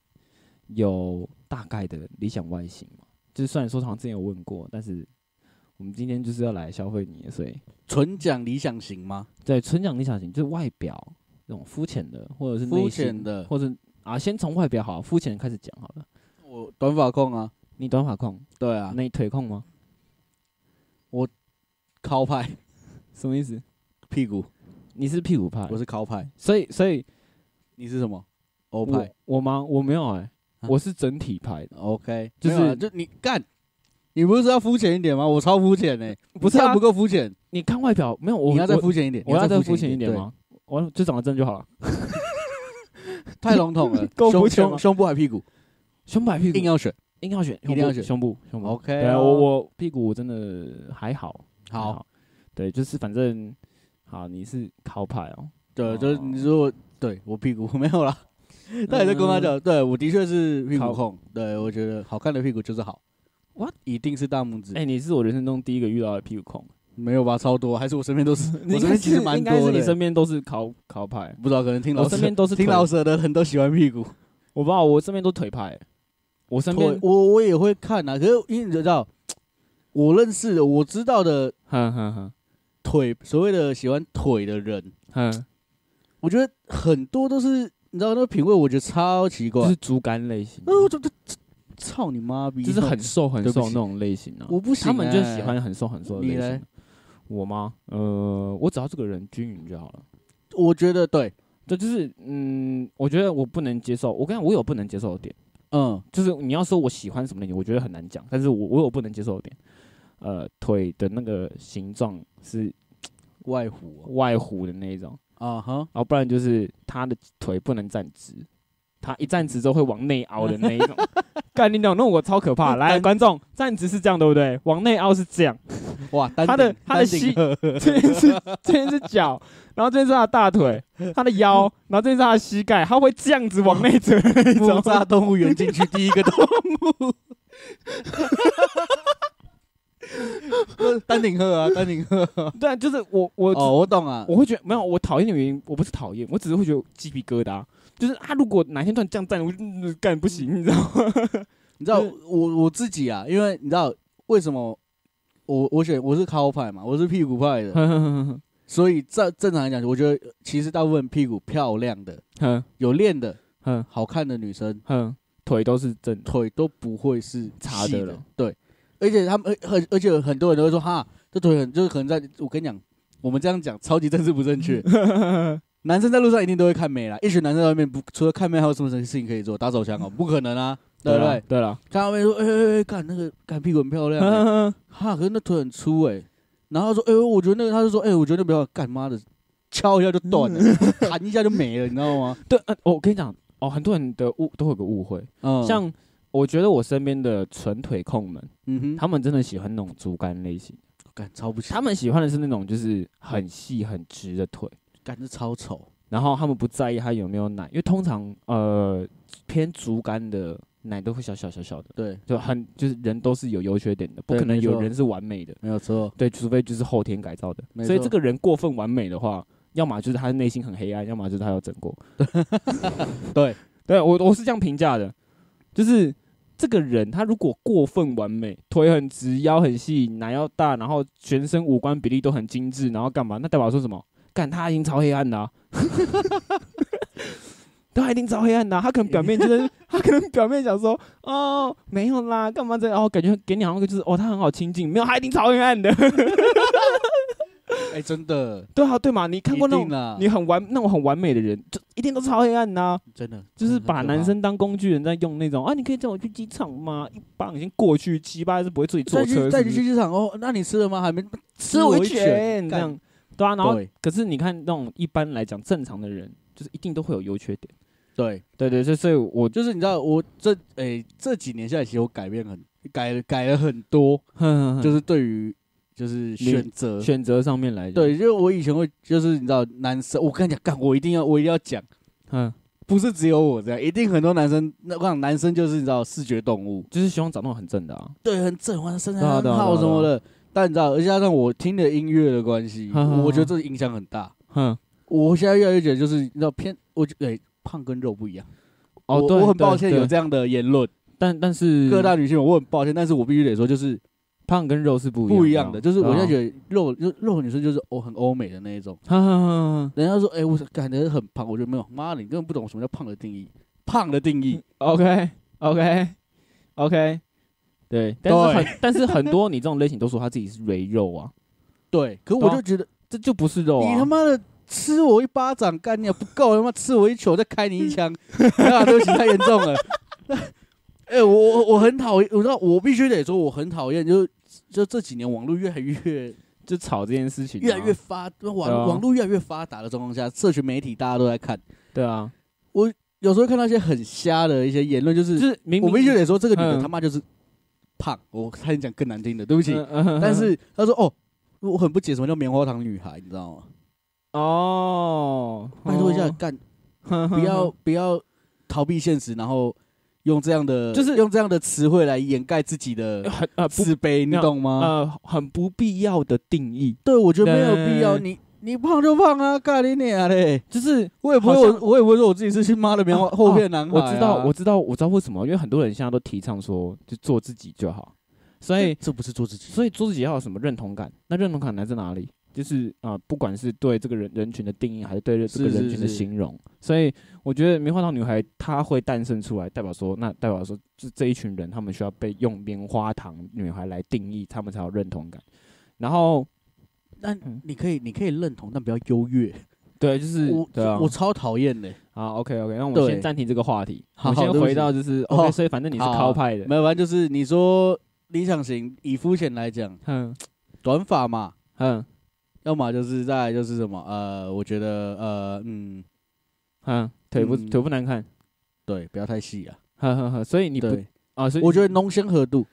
有大概的理想外形吗？就是虽然说好像之前有问过，但是我们今天就是要来消费你的，所以
纯讲理想型吗？
对纯讲理想型就是外表那种肤浅的，或者是内
肤
心
浅的
或者啊，先从外表好，肤浅的开始讲好了。
我短发控啊，
你短发控，
对啊，
那你腿控吗？
靠派
什么意思？
屁股，
你是屁股派，
我是靠派，
所以所以
你是什么？欧
我
派
我吗？我没有哎、
啊
我是整体派的，
，OK，
就
就是是就你干，你不是说要肤浅一点吗？我超肤浅呢，
不是
这
啊
样 不够肤浅，
你看外表没有我，
你要再
我
肤浅一点，
我要再肤浅
浅
一点？吗？我就长得正就好了，，
对太笼统了
够肤
胸
浅吗
胸胸部还屁股，
胸摆屁股
硬要选
硬要选，
一
胸
定
部
要选
胸部胸部。
，OK，
对啊，
哦
我我屁股真的还好，还
好，，
对，就是反正好，你是靠派 哦，
对，就是
哦
你说，对我屁股 没有啦。 他也在跟他
嗯
讲，对我的确是屁股
靠
控，对我觉得好看的屁股就是好，what 一定是大拇指，
哎，你是我人生中第一个遇到的屁股控，
没有吧？超多，还是我身边都是，
应
我身
该
边其实
是
蛮
应
多
该是你
的。欸
身边都是靠靠派，
不知道，可能听老
我
师
身边都是
听
腿
老舍的人都喜欢屁股。
我不知道，我身边都腿派，我身边
腿，我我也会看啊，可是因为你知道，我认识的我知道的
哼哼哼
腿，所谓的喜欢腿的人，
哼，
我觉得很多都是你知道那个品味，我觉得超奇怪。
就
就是是、
竹竿类型，
我就就操你妈逼！
就是很瘦很
嗯对不
瘦
起
那种类型啊。
我不行、欸
他们就喜。欢很瘦很瘦的类
你嘞
型。我吗？呃，我只要这个人均匀就好了。
我觉得对，
这就是，嗯，我觉得我不能接受。我跟你讲，我有不能接受的点，
嗯，
就是你要说我喜欢什么类型，我觉得很难讲。但是我我有不能接受的点，呃，腿的那个形状是
外弧
外弧的那一种，
啊哈，
然后不然就是他的腿不能站直，他一站直之后会往内凹的那一种。 干你懂，那我超可怕。 来，
单
观众，站直是这样对不对？往内凹是这样，
哇，单
他的
顶
他的
单顶
膝
呵呵
这边是这边是脚，然后这边是他的大 腿，他的腰，然后这边是他的膝盖，他会这样子往内 折那
木
种。
栅动物园进去第一个动物， 丹顶鹤啊，丹顶鹤。
对啊，就是我我、
哦，我懂啊，
我会觉得没有，我讨厌的原因我不是讨厌，我只是会觉得鸡皮疙瘩。就是他如果哪天突然这样站，我就嗯干不行，你知道吗？
你知道
就是
我我自己啊，因为你知道为什么我我选我是靠派嘛，我是屁股派
嗯
的，
哼
所以正正常来讲，我觉得其实大部分屁股漂亮的、
哼
有练的、
哼
好看的女生，
哼，腿都是正的，
腿都不会是
差
细
的
的
了，
对，而且他们而而而且很多人都会说哈，这腿很就是可能在我跟你讲，我们这样讲超级政治不正 确。男生在路上一定都会看妹啦，一群男生在外面不除了看妹，还有什么事情可以做？打手枪哦，不可能啊，对不
啦
对？
对了，
看到妹说，哎哎哎，干那个干屁股很漂亮、欸， 哈，可是那腿很粗哎、然后他说，哎、我觉得那个，他就说，哎、我觉得那不要干妈的，敲一下就断 了，弹一下就没了，你知道吗？
对，呃我跟你讲哦，很多人的误都会有个误会，
嗯，
像我觉得我身边的纯腿控们，
嗯哼，
他们真的喜欢那种竹竿类型。
干超不起，
他们喜欢的是那种就是很细很直的腿，
干是超丑，
然后他们不在意它有没有奶，因为通常呃偏竹竿的奶都会小小小小的，
对，
就很就是人都是有优缺点的，不
对
可能
没错
有人是完美的，
没有错，
对，除非就是后天改造的。
没错
所以这个人过分完美的话，要么就是他内心很黑暗，要么就是他有整过。
对，
对我我是这样评价的，就是这个人他如果过分完美，腿很直，腰很细，奶要大，然后全身五官比例都很精致，然后干嘛？那代表说什么？干他已经超黑暗的、啊， 他一定超黑暗的啊、他可能表面就是他可能表面想说哦没有啦，干嘛这样？哦，感觉给你好像就是哦他很好亲近，没有他一定超黑暗的。
哎，真的，
对啊对嘛，你看过那
一
种
定啊啦
你很完那种很完美的人，就一定都超黑暗的啊、
真的
就是把男生当工具人在用那种啊，你可以载我去机场吗？一棒已经过去，鸡巴是不会自己坐
再
车
去再
是不
去
是，
机场哦，那你吃了吗？还没
吃我一
拳
拳这
干
样，对啊。然后
对
可是你看那种一般来讲正常的人，就是一定都会有优缺点。
对，
对对，所以所以我
就是你知道我这哎这几年下来，其实我改变很改了改了很多，
就
就是对于就是选择。
嗯选择上面来讲，
对，因为我以前会，就是你知道，男生，我跟你讲，干，我一定要，我一定要讲，
嗯，
不是只有我这样，一定很多男生，那我想男生就是你知道，视觉动物，
就是希望找那种很正的啊。
对，很正，哇，身材
对啊
很
对啊
好
对啊
什么的。但你知道，而且加上我听的音乐的关系，
哈哈哈
我觉得这影响很大。
哼，
我现在越来越觉得，就是你知道偏，我觉得、哎胖跟肉不一样。
哦，
我
对，
我很
对
抱歉
对嗯
有这样的言论，
但但是
各大女性，我很抱歉，但是我必须得说，就是
胖跟肉是不
不一
一啊
样的。就是我现在
得，
觉得肉，就肉的女生就是哦，很欧美的那一种。
哈哈哈哈
人家说，哎、我感觉很胖，我觉得没有，妈的，你根本不懂什么叫胖的定义，胖的定义。
OK OK OK，对，但是很但是很多你这种类型都说他自己是肥肉啊，
对，可
对
我
啊
就觉得
这就不是肉
你他
啊。
妈的吃我一巴掌，干你啊不够，他妈吃我一球再开你 一枪，啊，对不起，太严重了。哎、我我我很讨厌，我知道我必须得说，我很讨厌，就是就这几年网络越来越
就吵这件事情啊、
越来越发，网、
对啊
网络越来越发达的状况下，社群媒体大家都在看，
对啊，
有时候看到一些很瞎的一些言论，就是
就是明明
我必须得说，这个女的
嗯
他妈就是胖，我差点讲更难听的，对不起。
嗯嗯嗯
但是他说哦，我很不解什么叫棉花糖女孩，你知道吗？
哦，
拜托一下，
哦
干 不
嗯
要不要逃避现实，然后用这样的
就是
用这样的词汇来掩盖自己的
很呃不
自卑，你
那
懂吗？
呃很不必要的定义，
对，我觉得没有必要。
对
你你胖就胖啊，干你娘嘞！
就是
我也不会
好像
我，我也不会说我自己是去妈的 棉花
啊
后片男孩
我
啊。
知道我知道我知道为什么，因为很多人现在都提倡说就做自己就好，所以
哎这这不是做自己，
所以做自己要有什么认同感？那认同感来自哪里？就是啊、呃不管是对这个人人群的定义，还是对这个
是是
人群的
是
形容，所以我觉得棉花糖女孩她会诞生出来，代表说，那代表说，就这一群人，他们需要被用棉花糖女孩来定义，他们才有认同感。然后，
那
嗯
你可以你可以认同，但不要优越。
对，就是
我
对啊
我，超讨厌的，
好，OK OK，那我们
对
先暂停这个话题，
好
我们
好
先
对不
回
起
到就是
哦
OK，所以反正你是
好
靠派的，
没有，反正就是你说理想型，以肤浅来讲，
嗯
短发嘛，
嗯
要么就是在就是什么呃，我觉得呃嗯，
嗯，腿不
嗯
腿不难看，
对，不要太细啊。
呵呵呵，所以你不
对，
啊，所以
我觉得浓鲜合度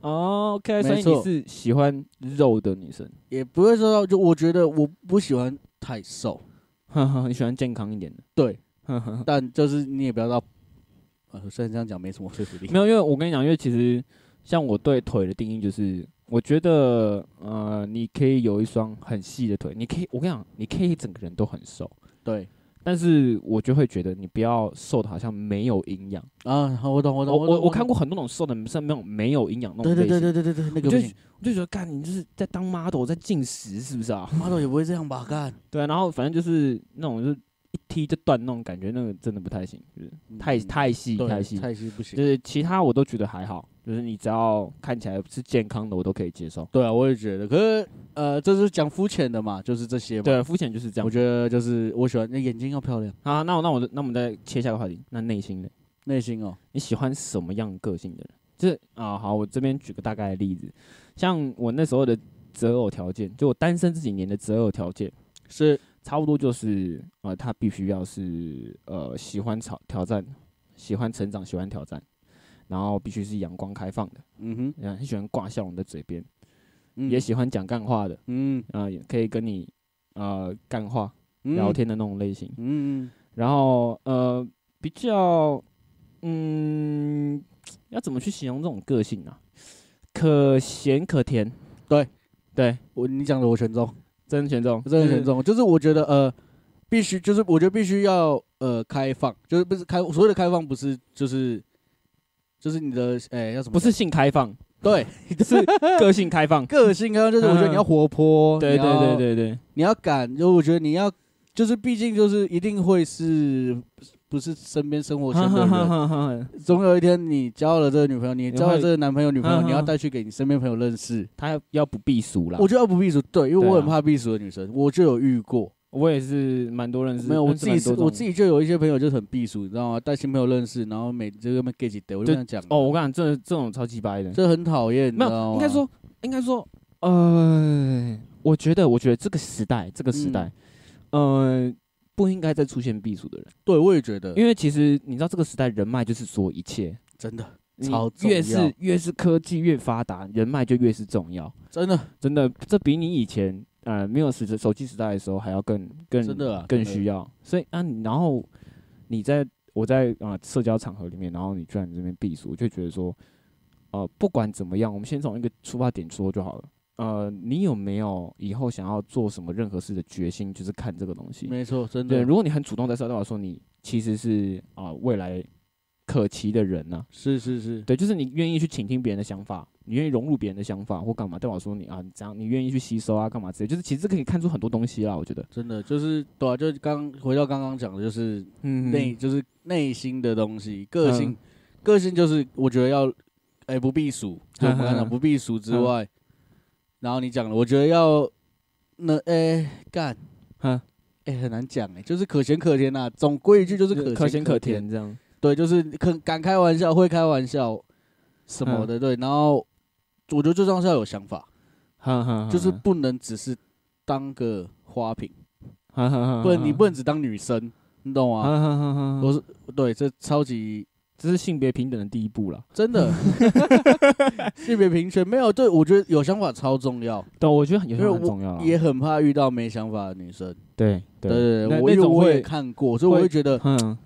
哦，OK，
没
所以
错
你是喜欢肉的女生，
也不会说到，就我觉得我不喜欢太瘦，
呵呵，你喜欢健康一点的，
对，
呵呵，
但就是你也不要到，呃，虽然这样讲没什么说服力
没，有，因为我跟你讲，因为其实像我对腿的定义就是，我觉得呃，你可以有一双很细的腿，你可以，我跟你讲，你可以整个人都很瘦，
对
但是我就会觉得你不要瘦的好像没有营养。
啊，好我懂我
我
懂
我
懂
我看，过很多那种瘦的，像那种没有营养那
懂
种
对
类
对
型，
对对对对对，那个
我
不
就
行，
我就觉得干你就是在当 model 在进食是不是啊？
妈的也不会这样吧，干
对啊，然后反正就是那种就是一踢就断那种感觉，那个真的不太行，就是太
嗯
太细
对
太细，
太细不行
就，是其他我都觉得还好，就是你只要看起来是健康的，我都可以接受。
对啊，我也觉得，可是呃，这是讲肤浅的嘛，就是这些嘛，
对，啊肤浅就是这
我
样。
觉得就是我喜欢那眼睛要漂亮，
啊，那我那我那我们再切下一个话题，那内心的
内心哦，
你喜欢什么样个性的人？就是啊，好，我这边举个大概的例子，像我那时候的择偶条件，就我单身这几年的择偶条件，
是
差不多就是呃，他必须要是呃喜欢挑挑战，喜欢成长，喜欢挑战，然后必须是阳光开放的，
嗯
然后很喜欢挂笑容的嘴边，
哼，
也喜欢讲干话的，
嗯
啊、也可以跟你呃干话
嗯
聊，天的那种类型。
嗯嗯
然后呃，比较嗯，要怎么去形容这种个性啊？可咸可甜，
对
对，
我你讲的我全中，
真的选中，
真
就
的
是
全中，就是我觉得呃，必须就是我觉得必须要呃开放，就是不是开所谓的开放不是就是就是你的哎、要什么
不
讲？
是性开放，
对
是个性 开放。
个性开放，就是我觉得你要活泼，
对
你
对对，
要
对对，
你要敢，就我觉得你要就是毕竟就是一定会是不是身边生活
我
圈的人，
人，
总有一天你交了这个女朋友，你交了这个男朋友、女朋友，
嗯嗯
你要带去给你身边朋友认识。
他要要不避俗啦。
我觉得不避俗，对，因
啊
为
对啊
我很怕避俗的女生，我就有遇过。
我也是蛮多认识，
没有，我
认识
自己
蛮
是
多这种
我自己就有一些朋友就是很避俗，你知道吗？带新朋友认识，然后每这个 get 得，我就
对
跟他讲，
哦，我跟你讲，这这种超级掰的，
这很讨厌，你
没
知
有，
道吗
应该说，应该说，呃，我觉得，我觉得这个时代，这个时代，呃，不应该再出现避暑的人，
嗯对，我也觉得，
因为其实你知道，这个时代人脉就是所有一切，
真的
你
超重
越
要
是越是科技越发达，人脉就越是重要，
真的
真的，这比你以前呃没有时手机时代的时候还要更更
真的啊
更
真的
需要，所以啊，你然后你在我在啊、呃社交场合里面，然后你居然这边避暑，我就觉得说，呃，不管怎么样，我们先从一个出发点说就好了。呃，你有没有以后想要做什么任何事的决心，就是看这个东西。
没错，真
对，
的
如果你很主动在社交的时候，你其实是啊、呃未来可期的人呐、
是是是，
对，就是你愿意去倾听别人的想法，你愿意融入别人的想法或干嘛，代表说你啊，你怎样，你愿意去吸收啊，干嘛之类，就是其实可以看出很多东西啦，我觉得。
真的就是对啊，就是刚回到刚刚讲的，就是
嗯
内就是内心的东西，个性，
嗯
个性就是我觉得要，哎、不避俗，就我们刚刚
嗯
讲不避俗之
嗯
外，然后你讲了，我觉得要那哎干，
哈，
哎、很难讲哎、就是可圈可点呐、总归一句就是可
可
圈
可
点，
甜这样。
对，就是肯敢开玩笑，会开玩笑什
嗯
么的，对，然后我觉得最重要是要有想法，
哈哈，
就是不能只是当个花瓶，
哈哈，
不能你不能只当女生，你懂吗？
哈哈哈哈，
我是
嗯
对，这超级
这是性别平等的第一步啦。
真的， 性别平权没有对，我觉得有想法超重要，
但我觉得很有
因
时
为
候很
我
重要啦。
也很怕遇到没想法的女生。
啊对
对对
那
对，我
那
因为
种
我也
会，
看过，所以我
会
会觉得
嗯，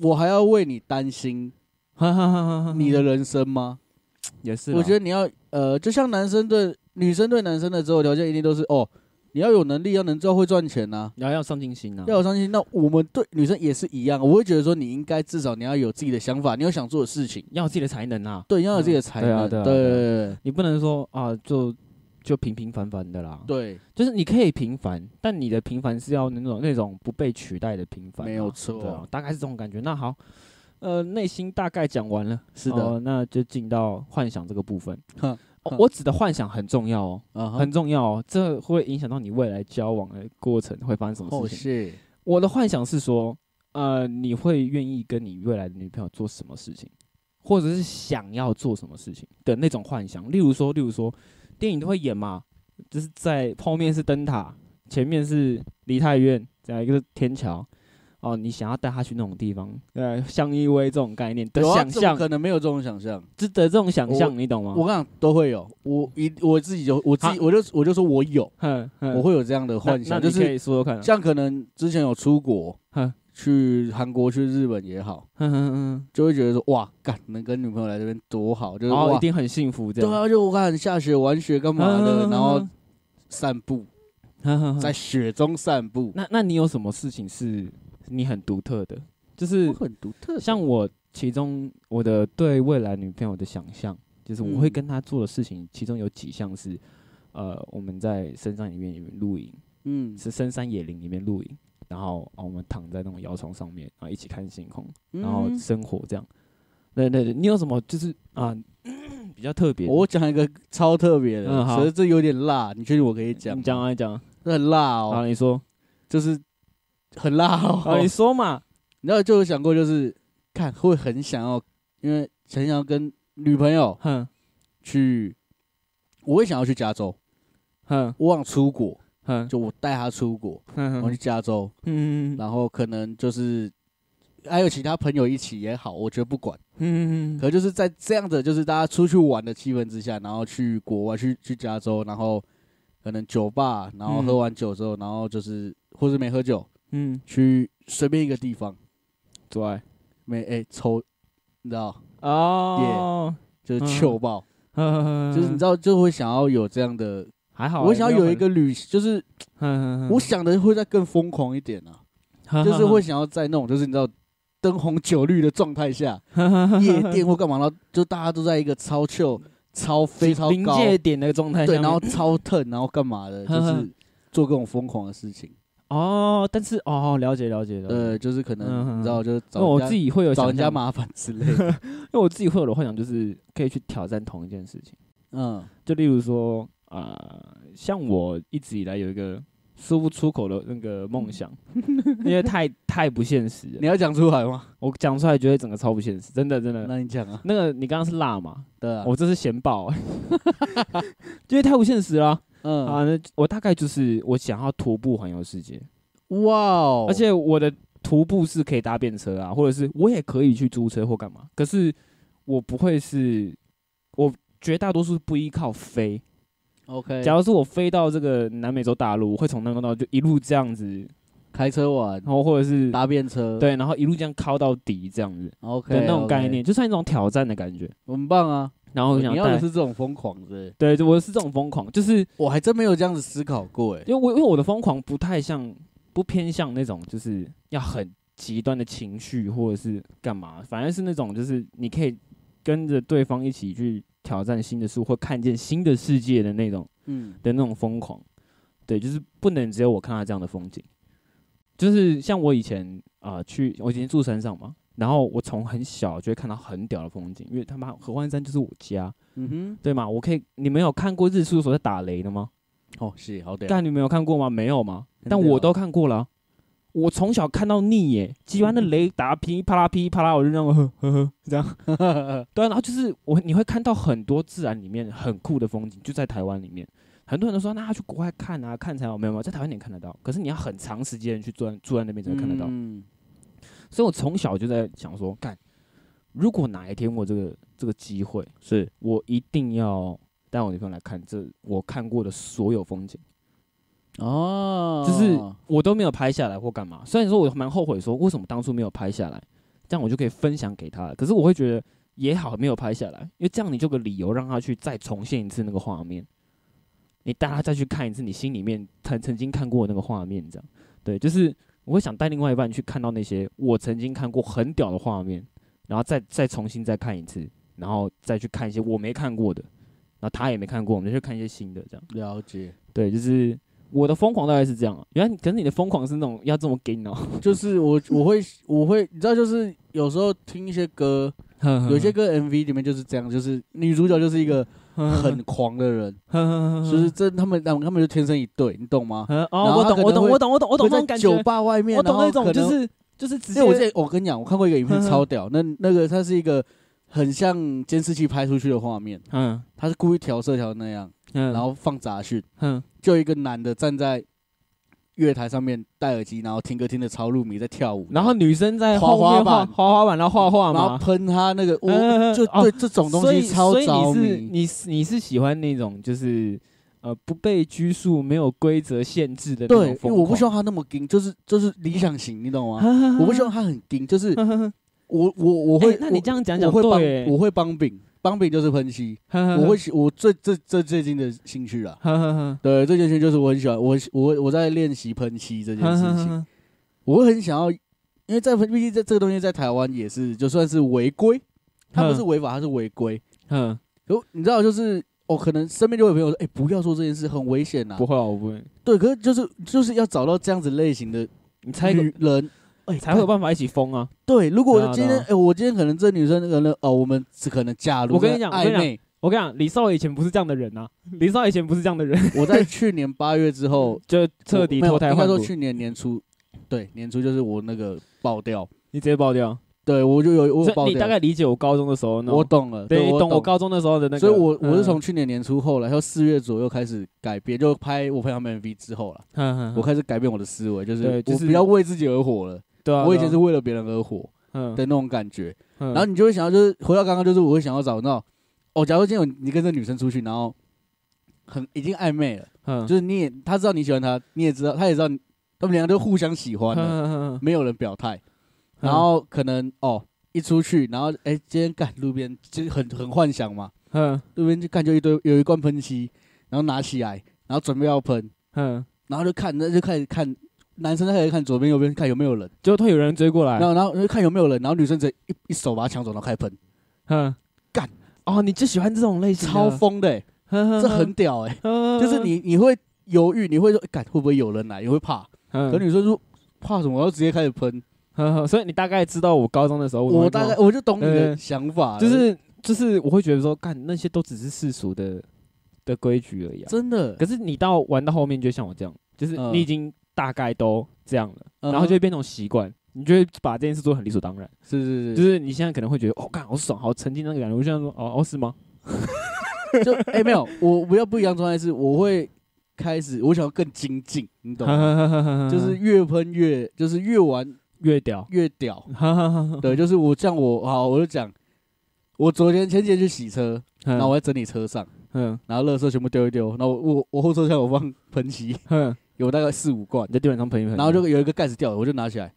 我还要为你担心
哈哈哈哈，
你的人生吗？
也嗯是啦，
我觉得你要呃，就像男生对女生对男生的择偶条件一定都是哦，你要有能力，要能知道会赚钱呐、
你要要上进心啊，
要有上进心。那我们对女生也是一样，我会觉得说你应该至少你要有自己的想法，你有想做的事情，
要有自己的才能啊，
对，要有自己的
嗯
才
对啊
能，
对啊
对
对啊
对对
你不能说啊，就就平平凡凡的啦。
对
就是你可以平凡，但你的平凡是要那种那种不被取代的平凡啊、
没有错
对啊，大概是这种感觉。那好，呃，内心大概讲完了，
是的
哦那就进到幻想这个部分。
哼
哦
哼
我指的幻想很重要哦，
啊哈，
很重要哦，这会影响到你未来交往的过程会发生什么
哦
事情。
是，
我的幻想是说，呃，你会愿意跟你未来的女朋友做什么事情，或者是想要做什么事情的那种幻想。例如说，例如说，电影都会演嘛，就是在后面是灯塔，前面是梨泰院，这样一个天桥。哦，你想要带她去那种地方，呃，相依偎这种概念的
有啊
想
怎么
象，嗯
可能没有这种想象。
值得这种想
我
象，你懂吗？
我跟你讲都会有，我一我自己有，我自己我就我就说我有，
哼，
我
会
会有这样的幻想，就
可
是
以嗯说说看啊，
像可能之前有出国
哼，
去韩国、去日本也好，
哼哼哼
就会觉得说哇，干能跟女朋友来这边多好，就
哼，
是
然后
哇
哦一，定很幸福这
对
样。嗯
啊，就我看下雪、玩雪干嘛的，然后散步，
后
在雪中散步，
那那你有什么事情是你很独特的？就是
我很独特，
像我其中我的对未来女朋友的想象，就是我会
嗯
跟她做的事情，其中有几项是，呃，我们在深山里面里面露营，
嗯
是深山野林里面露营，然后、哦、我们躺在那种摇床上面，然后一起看星空，然后
嗯
生活这样。对对对，你有什么就是啊、 比较特别的？
我讲一个超特别的，
嗯好
可是这有点辣，你确定我可以讲
你
吗？
讲啊，你讲啊，
这很辣
好，
哦，
你说，
就是很辣
好，
哦
你。说嘛，
你知道就有想过，就是看会很想要，因为很想要跟女朋友
哼
去，我会想要去加州，
哼
我想出国，
哼
就我带她出国，
哼
我去
哼，
加州，
嗯
然后可能就是还有其他朋友一起也好，我觉得不管，
嗯
可就是在这样的就是大家出去玩的气氛之下，然后去国外去去加州，然后可能酒吧，然后
嗯
喝完酒之后，然后就是或是没喝酒，
嗯，
去随便一个地方，
做爱。
没哎、抽，你知道
哦，
就是
嗯
糗爆。
就
就是你知道，就会想要有这样的，
还嗯好啊，
我想要有一
没嗯
个旅，就是
很，
我想的会再更疯狂一点啊，
我
就是会想要在那种就是你知道灯红酒绿的状态下， 夜店或干嘛，然后就大家都在一个超 chill、超飞、超
临
高，
界点的状态下
对，
面，
然后超 turn，然后干嘛的，就
呵呵
是做各种疯狂的事情。
哦，但是哦，了解了解了解。
对，就是可能
嗯
你知道，就是
那
找
我
人家
自己会有
呃找
想
人家
象，
麻烦之类 的。
因为我自己会有的幻想就是可以去挑战同一件事情。
嗯，
就例如说，呃，像我一直以来有一个说不出口的那个梦想， 因为太太不现实了
你。要讲出来吗？
我讲出来觉得整个超不现实，真的真的。
那你讲啊。
那个你刚刚是辣嘛？
对啊，
我这是咸爆、欸，因为太不现实了啊
嗯，
啊！那我大概就是我想要徒步环游世界，
哇哦，
而且我的徒步是可以搭便车啊，或者是我也可以去租车或干嘛。可是我不会是，我绝大多数不依靠飞，
OK，
假如是我飞到这个南美洲大陆，我会从南美洲大陆就一路这样子，
开车玩，
然后或者是
搭便车，
对，然后一路这样靠到底这样子
，OK
的那种
OK
概，念，就算一种挑战的感觉。
很棒啊。
然后我
你
想
要的
带，
是这种疯狂的，
对，我是这种疯狂，就是
我还真没有这样子思考过哎。
因为我因为我的疯狂不太像，不偏向那种就是要很极端的情绪或者是干嘛，反而是那种就是你可以跟着对方一起去挑战新的事物或看见新的世界的那种
嗯，
的那种疯狂。对，就是不能只有我看到这样的风景。就是像我以前啊、呃去我以前住山上嘛，然后我从很小就会看到很屌的风景，因为他妈合欢山就是我家，
嗯
对吗？我可以，你们有看过日出的时候在打雷的吗？
哼，哦，是好屌，
但你没有看过吗？没有吗？
真的
但
哦
我都看过了啊、我从小看到腻耶，鸡巴那雷达噼啪啦噼啪啦，我就让我呵呵呵这样。对啊，然后就是我你会看到很多自然里面很酷的风景，就在台湾里面。很多人都说，那去国外看啊，看才有没有没有，在台湾你也看得到，可是你要很长时间去住在住在那边才会看得到。
嗯
所以我从小就在想说，干，如果哪一天我这个这个机会，
是
我一定要带我女朋友来看这我看过的所有风景。
哦，
就是我都没有拍下来或干嘛。虽然说我蛮后悔说为什么当初没有拍下来，这样我就可以分享给他了。可是我会觉得也好没有拍下来，因为这样你就有个理由让他去再重现一次那个画面，你带他再去看一次你心里面曾曾经看过的那个画面，这样对，就是我会想带另外一半去看到那些我曾经看过很屌的画面，然后再再重新再看一次，然后再去看一些我没看过的。然后他也没看过，我们就去看一些新的这样。
了解，
对，就是我的疯狂大概是这样、啊。原来，可是你的疯狂是那种要这么哦 gay
就是我我会我会，你知道，就是有时候听一些歌，
哦，
有些歌 MV 里面就是这样，就是女主角就是一个
嗯
很狂的人，就
就是
这他们他们他们就天生一对，你懂吗？
哦，
后
我
他可
懂，我
能
懂，
会
我懂，我懂，我懂那
会在
种感觉，
酒吧外面，
我懂那
然后
种
可能
就是就是直
因
接，
为我记得我跟你讲，我看过一个影片
嗯
超屌，那那个它是一个很像监视器拍出去的画面，
嗯
它是故意调色调那样，
嗯，
然后放杂讯，
嗯
就有一个男的站在月台上面戴耳机，然后听歌听的超入迷，在跳舞，
然后女生在
滑
后面
滑板
画滑滑板，然后画画
然后
嘛，
喷 他那个，我
嗯
就
哦
对这种东
所以
西超
所以
着
你是
迷。
你是你是喜欢那种就是呃不被拘束、没有规则限制的那种
对，因为
疯
我不希
狂
望他那么硬，就是就是理想型，你懂吗？
啊
我不 希望他很硬，就是我我我
我
会，
哎那你这样讲
我
讲
会帮
对 耶，
我会帮饼，帮饼就是喷漆，
我
我会喜我最最最最近的兴趣啊，
呵
对，最近兴趣就是我很喜欢我我我在练习喷漆这件事 情，我会很想要，因为在喷，毕竟在这个东西在台湾也是就算是违规，它不是违法，它是违规。
嗯，
有你知道就是哦，可能身边就会有朋友说，哎，不要做这件事，很危险呐
不。会啊，我不会，
对，可是就是就是要找到这样子类型的
你猜一个
女人，哎，
才会有
干
办法一起疯啊！
对。如果
对啊
我今天
对啊
哎，我今天可能这女生可能哦，我们只可能假如
我跟你讲
在
我跟你
暧
讲
昧，
我跟你讲，李少爷以前不是这样的人 呐、啊，李少爷以前不是这样的人，
我在去年八月之后
就彻底
我没有
脱胎
应该
换
说
骨，
去年年初，对，年初就是我那个爆掉，
你直接爆掉。
对我就有我有
所
爆
以你
掉，
大概理解我高中的时候呢？
我懂了，
对，
对，
你
我
懂我高中的时候的那个。
所以我我
嗯
是从去年年初后来，到四月左右开始改变，就拍我朋友们 MV 之后了，
嗯嗯嗯
我开始改变我的思维，就是
对就是
我不要为自己而活了，
对啊，
我以前是
对啊
为了别人而活
嗯
的那种感觉，
嗯
然后你就会想要，就是回到刚刚，就是我会想要找到，哦，假如今天有你跟这女生出去，然后很已经暧昧了，
嗯
就是你也她知道你喜欢她，你也知道，她也知道你，他们两个都互相喜欢了，
嗯嗯
没有人表态。
嗯
然后可能哦一出去，然后哎、今天干路边就是很很幻想嘛，
嗯
路边就干就一堆有一罐喷漆，然后拿起来，然后准备要喷，
嗯，
然后就看那就开始看男生开始看左边右边看有没有人，
就突然有人追过来
然，后然后就看有没有人，然后女生直接一一手把他抢走，然后开始喷，
嗯，
干
哦，你就喜欢这种类型的，嗯
超疯的、欸，
呵呵呵，
这很屌哎、
呵呵呵
就是你你会犹豫，你会说哎干、会不会有人来，你会怕，
呵
可
嗯
女生说怕什么，然后直接开始喷。
呵呵，所以你大概知道我高中的时候，
我大概我就懂你的
嗯
想法了，
就是就是我会觉得说，干那些都只是世俗的的规矩而已啊。
真的
可，是你到玩到后面，就像我这样，就是
嗯
你已经大概都这样了，
嗯哼
然后就会变成习惯，你就会把这件事做得很理所当然。
是是
就是是你现在可能会觉得，哦，干好爽，好沉浸那个感觉。我就想说，哦哦是吗？
是， 就哎没有，我比较不一样的状态是，我会开始我想要更精进，你懂 吗？
啊
就是越喷越，就是越玩
越屌，
越屌。
对，
对，就是我像我好，我就讲，我昨天前几天去洗车，然
然
后我在整理车上，
嗯
然后垃圾全部丢一丢，然后我我我后车厢我放 喷漆，
哼，
有大概四五罐
你，在地板上喷一喷，
然后就有一个盖子掉了，我就拿起来，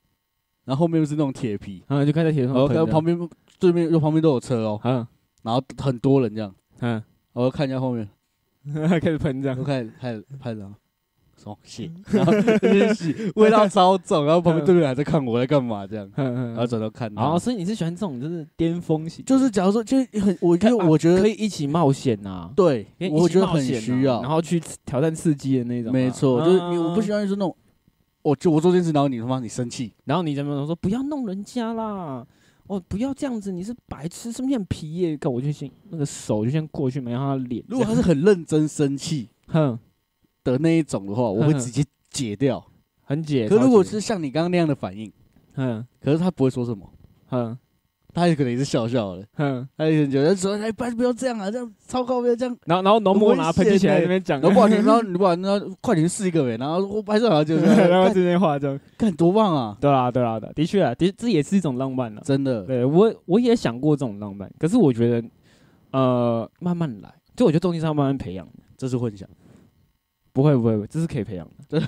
然后后面又是那种铁皮，
嗯就开始铁
然
上
后
喷这样
看旁边对面就旁边都有车哦，
嗯
然后很多人这样，
嗯，
我就看一下后面，
开始喷这
我
样，
开始开始拍了。爽洗， 然后就是洗，味道超重，然后旁边对面还在看我在干嘛这样，
嗯
嗯然 后转头看他，
哦，所以你是喜欢这种就是巅峰型，
就是假如说就是很，我觉得
看
我觉得
可以一起冒险呐，
对
可以，一起
我觉得
冒
很
险啊
需要。
然后去挑战刺激的那种啊。
没错，就是你，我不喜
欢。
欢就是那种，我就我做这件事，然后你他妈你生气，
然后你怎么
我
说？
说不要弄人家啦，哦，不要这样子，你是白痴，是面皮耶。
干我就先那个手就先过去，没让他脸。
如果他是很认真生气
哼，
的那一种的话，我会直接解掉。
很解。
可如果
超解
是像你刚刚那样的反应，
哼
可是他不会说什么，
哼
他也可能也是笑笑的，
哼，
他也觉得说哎，不不要这样啊，这样超高不要这样。
然后然后浓墨
很危
拿喷漆起
险
来
欸
那边 讲，
然后不好 听，然后你不好听，然后快点试一个呗，然后我拍照好像啊就是
然后
干
这边画这样。
干多棒啊，
对啦对啦的，的确啊，的这也是一种浪 漫了。啊
真的，
对我我也想过这种浪漫，可是我觉得呃慢慢来，就我觉得东西是要慢慢培养的。
这是混响，
不会不会，不会这是可以培养 的，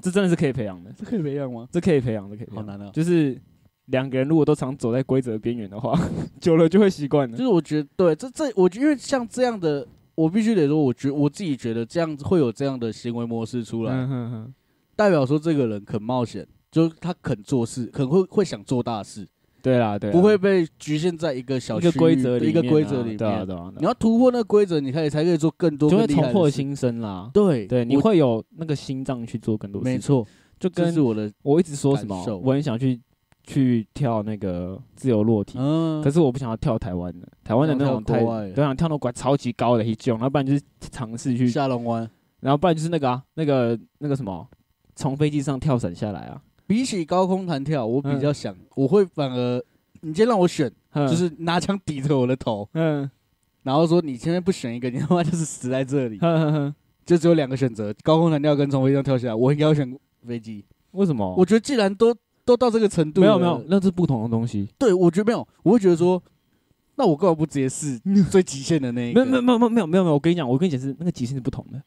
这真的是可以培养的，
这可以培养吗？
这可以培养，这可以培
好
养。
难啊，
就是两个人如果都常走在规则边缘的话， 久了就会习惯
就
了。
是我觉得对，这这我觉得因为像这样的，我必须得说，我觉我自己觉得这样子会有这样的行为模式出来，
嗯哼哼，
代表说这个人肯冒险，就是他肯做事，肯会会想做大事，
对啦对啦，啊
不会被局限在一个小
一个
区域
规则里
一个
面啊
规则里
对啊
面。
对啊，对啊
你要突破那个规则，你可以才可以做更多
就会
更厉害
重获
的事。
新生啦。
啊对
对，你
我
会有那个心脏去做更多事。
没，错，
就
这
跟
是我的
我一直说什
感
么，
受
我很想去去跳那个自由落体，
嗯，
可是我不想要跳台湾的，台湾的那种
想
太
跳国外的
都想跳那种管超级高的一种，要不然就是尝试去，
下龙湾
然后不然就是那个啊，那个那个什么，从飞机上跳伞下来啊，
比起高空弹跳，我比
嗯
较想，我会反而你今天让我选，
就
就是拿枪抵着我的头，
嗯
然后说你前面不选一个，你他妈就是死在 这里，
哼哼哼，
就只有两个选择：高空弹跳跟从飞机上跳下来。我应该会选飞机。
为什么？
我觉得既然都都到这个程度，
哦没有没有，，那是不同的东西。
对我觉得没有，我会觉得说，那我干嘛不直接试最极限的那一
嗯没
个？
有没有没有没有没有没有没有，我跟你讲，我跟你解释，那个极限是啊不同的。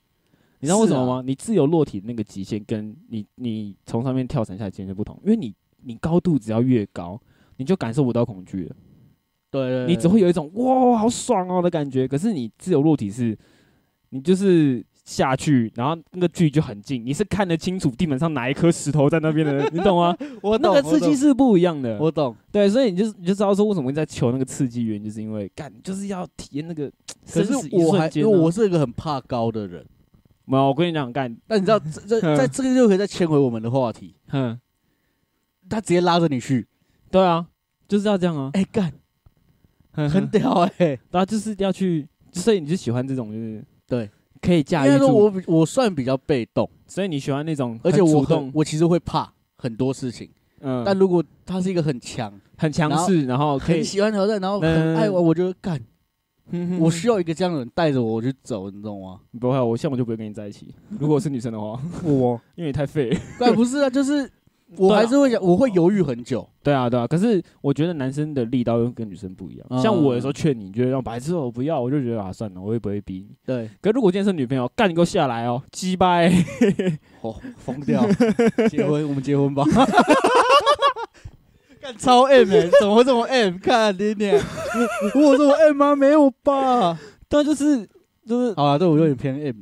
你知道为什么吗？你自由落体那个极限跟你你从上面跳伞下来极限是不同，因为你你高度只要越高，你就感受不到恐惧了，
对，对
你
对
只会有一种哇好爽哦的感觉。可是你自由落体是，你就是下去，然后那个距离就很近，你是看得清楚地板上哪一颗石头在那边的，你 懂吗？
我
那
懂
个刺激，是不一样的。
我懂。
对，所以你就你就知道说为什么会在求那个刺激原因，就是因为干就是要体验那个
可
生
是
死一
我还
瞬
因
间
为
啊、
我是一个很怕高的人，
没有，我跟你讲，干，
但你知道这这
嗯
在这个就可以再牵回我们的话题，
哼，
他直接拉着你去，
对啊，就是要这样啊，
哎干， 很
很，
屌哎。
对啊，就是要去，所以你就喜欢这种，就是
对，
可以
应
驾驭
该说
住，
我比我算比较被动，
所以你喜欢那种，
而且我
主
很
动，
我其实会怕很多事情，
嗯，
但如果他是一个很强。
很强势，然后可
很
以，
喜欢挑战，然后很
嗯
爱玩，我就干，我需
要
要一个这样的人带着我去走，你懂 吗？
嗯不会，我像我就不会跟你在一 起，如果我是女生的话，
我，
因为你太废了，
但不是啊，就是我还是会想，我会犹豫很久，
对啊，对啊，可是我觉得男生的力道又跟女生不一样，
嗯
像我有时候劝你，你觉得让白痴哦，我不要，我就觉得啊，算了，我也不会逼你，
对，
可如果今天是女朋友，干你给我下来哦，鸡掰，
我哦疯 掉，结婚，我们结婚吧。 干超 M 哎、怎么会这么 M？看你脸，我我有这么 M 吗？没有吧？
但就是就是
好啊，对我有点偏 M，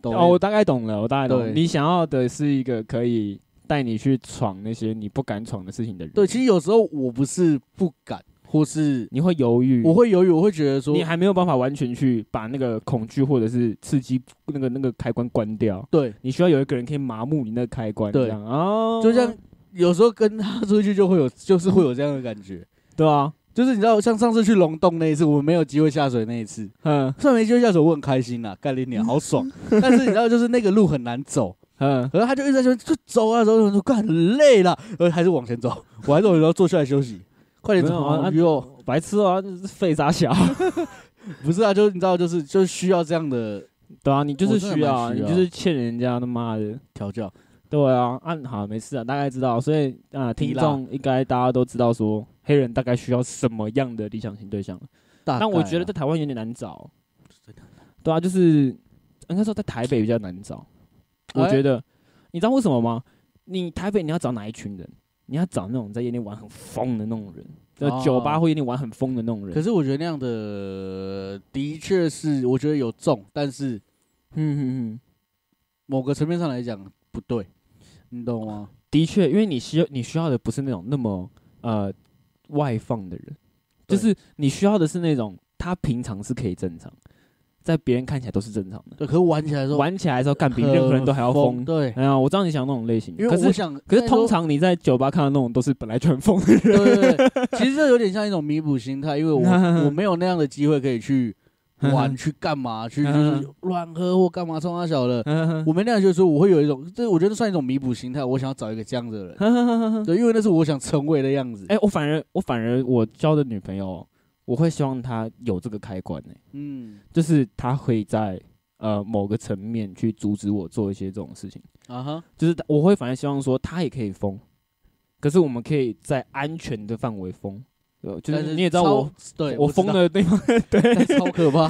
懂
哦，我大概懂了，我大概懂了。
哎对
你想要的是一个可以带你去闯那些你不敢闯的事情的人。
对，其实有时候我不是不敢，或是
你会犹豫，
我会犹豫，我会觉得说
你，还没有办法完全去把那个恐惧或者是刺激那个那个开关关掉，
对，
你需要有一个人可以麻木你那个开关，
对
这样哦，
就像有时候跟他出去就会有，就是会有这样的感觉。
对啊，
就是你知道，像上次去龙洞那一次，我们没有机会下水那一次，
嗯
虽然没机会下水，我很开心啦，干你鸟，好爽。但是你知道，就是那个路很难走，
嗯，
然后他就一直在说就走啊走啊，我说干很累了，然后还是往前走，我还是我要坐下来休息，快点
没
走
有啊
啊
啊
哟，
白痴啊，这是废傻 小，
不是啊，就是你知道，就是就是需要这样的
对啊，你就
我
是
真的
需要啊，
蛮需
你
要
就是欠人家他妈的。
调教，
对啊，按、好没事啊，大概知道，所以啊、听
提拉
众应该大家都知道说黑人大概需要什么样的理想型对象，
大
但我觉得在
这
台湾有点难找，对啊，就是应该说在台北比较难找，我
哎
觉得，你知道为什么吗？你台北你要找哪一群人？你要找那种在夜店玩很疯的那种人，在
哦
酒吧或夜店玩很疯的那种人。
可是我觉得那样的的确是，我觉得有中，但是
嗯嗯嗯，
某个层面上来讲不对，你懂吗？
的确，因为你需要你需要的不是那种那么呃外放的人，就
对
是你需要的是那种他平常是可以正常，在别人看起来都是正常的，
对，可是玩起来的时候，
玩起来的时候干比任何人都还要疯。
对，
哎呀，我知道你想那种类型，
因
可
为我
是
想，
可
应
是
该说
通常你在酒吧看到那种都是本来就很疯 的人。
对对对，其实这有点像一种弥补心态，因为我我没有那样的机会可 以去玩、去干嘛、去
嗯
就是乱喝或干嘛冲他 小的，我没那样，就是说我会有一种，这我觉得算一种弥补心态，我想要找一个这样子的 人，对，因为那是我想成为的样子。
哎、我反而我反而我交的女朋友，我会希望她有这个开关呢、
嗯
就是她会在呃某个层面去阻止我做一些这种事情，
啊哈，
就是她我会呃反而希望说她也可以疯，可是我们可以在安全的范围疯，对就
但
是你也知道我
超，对
我疯，的地方，
知道超可怕，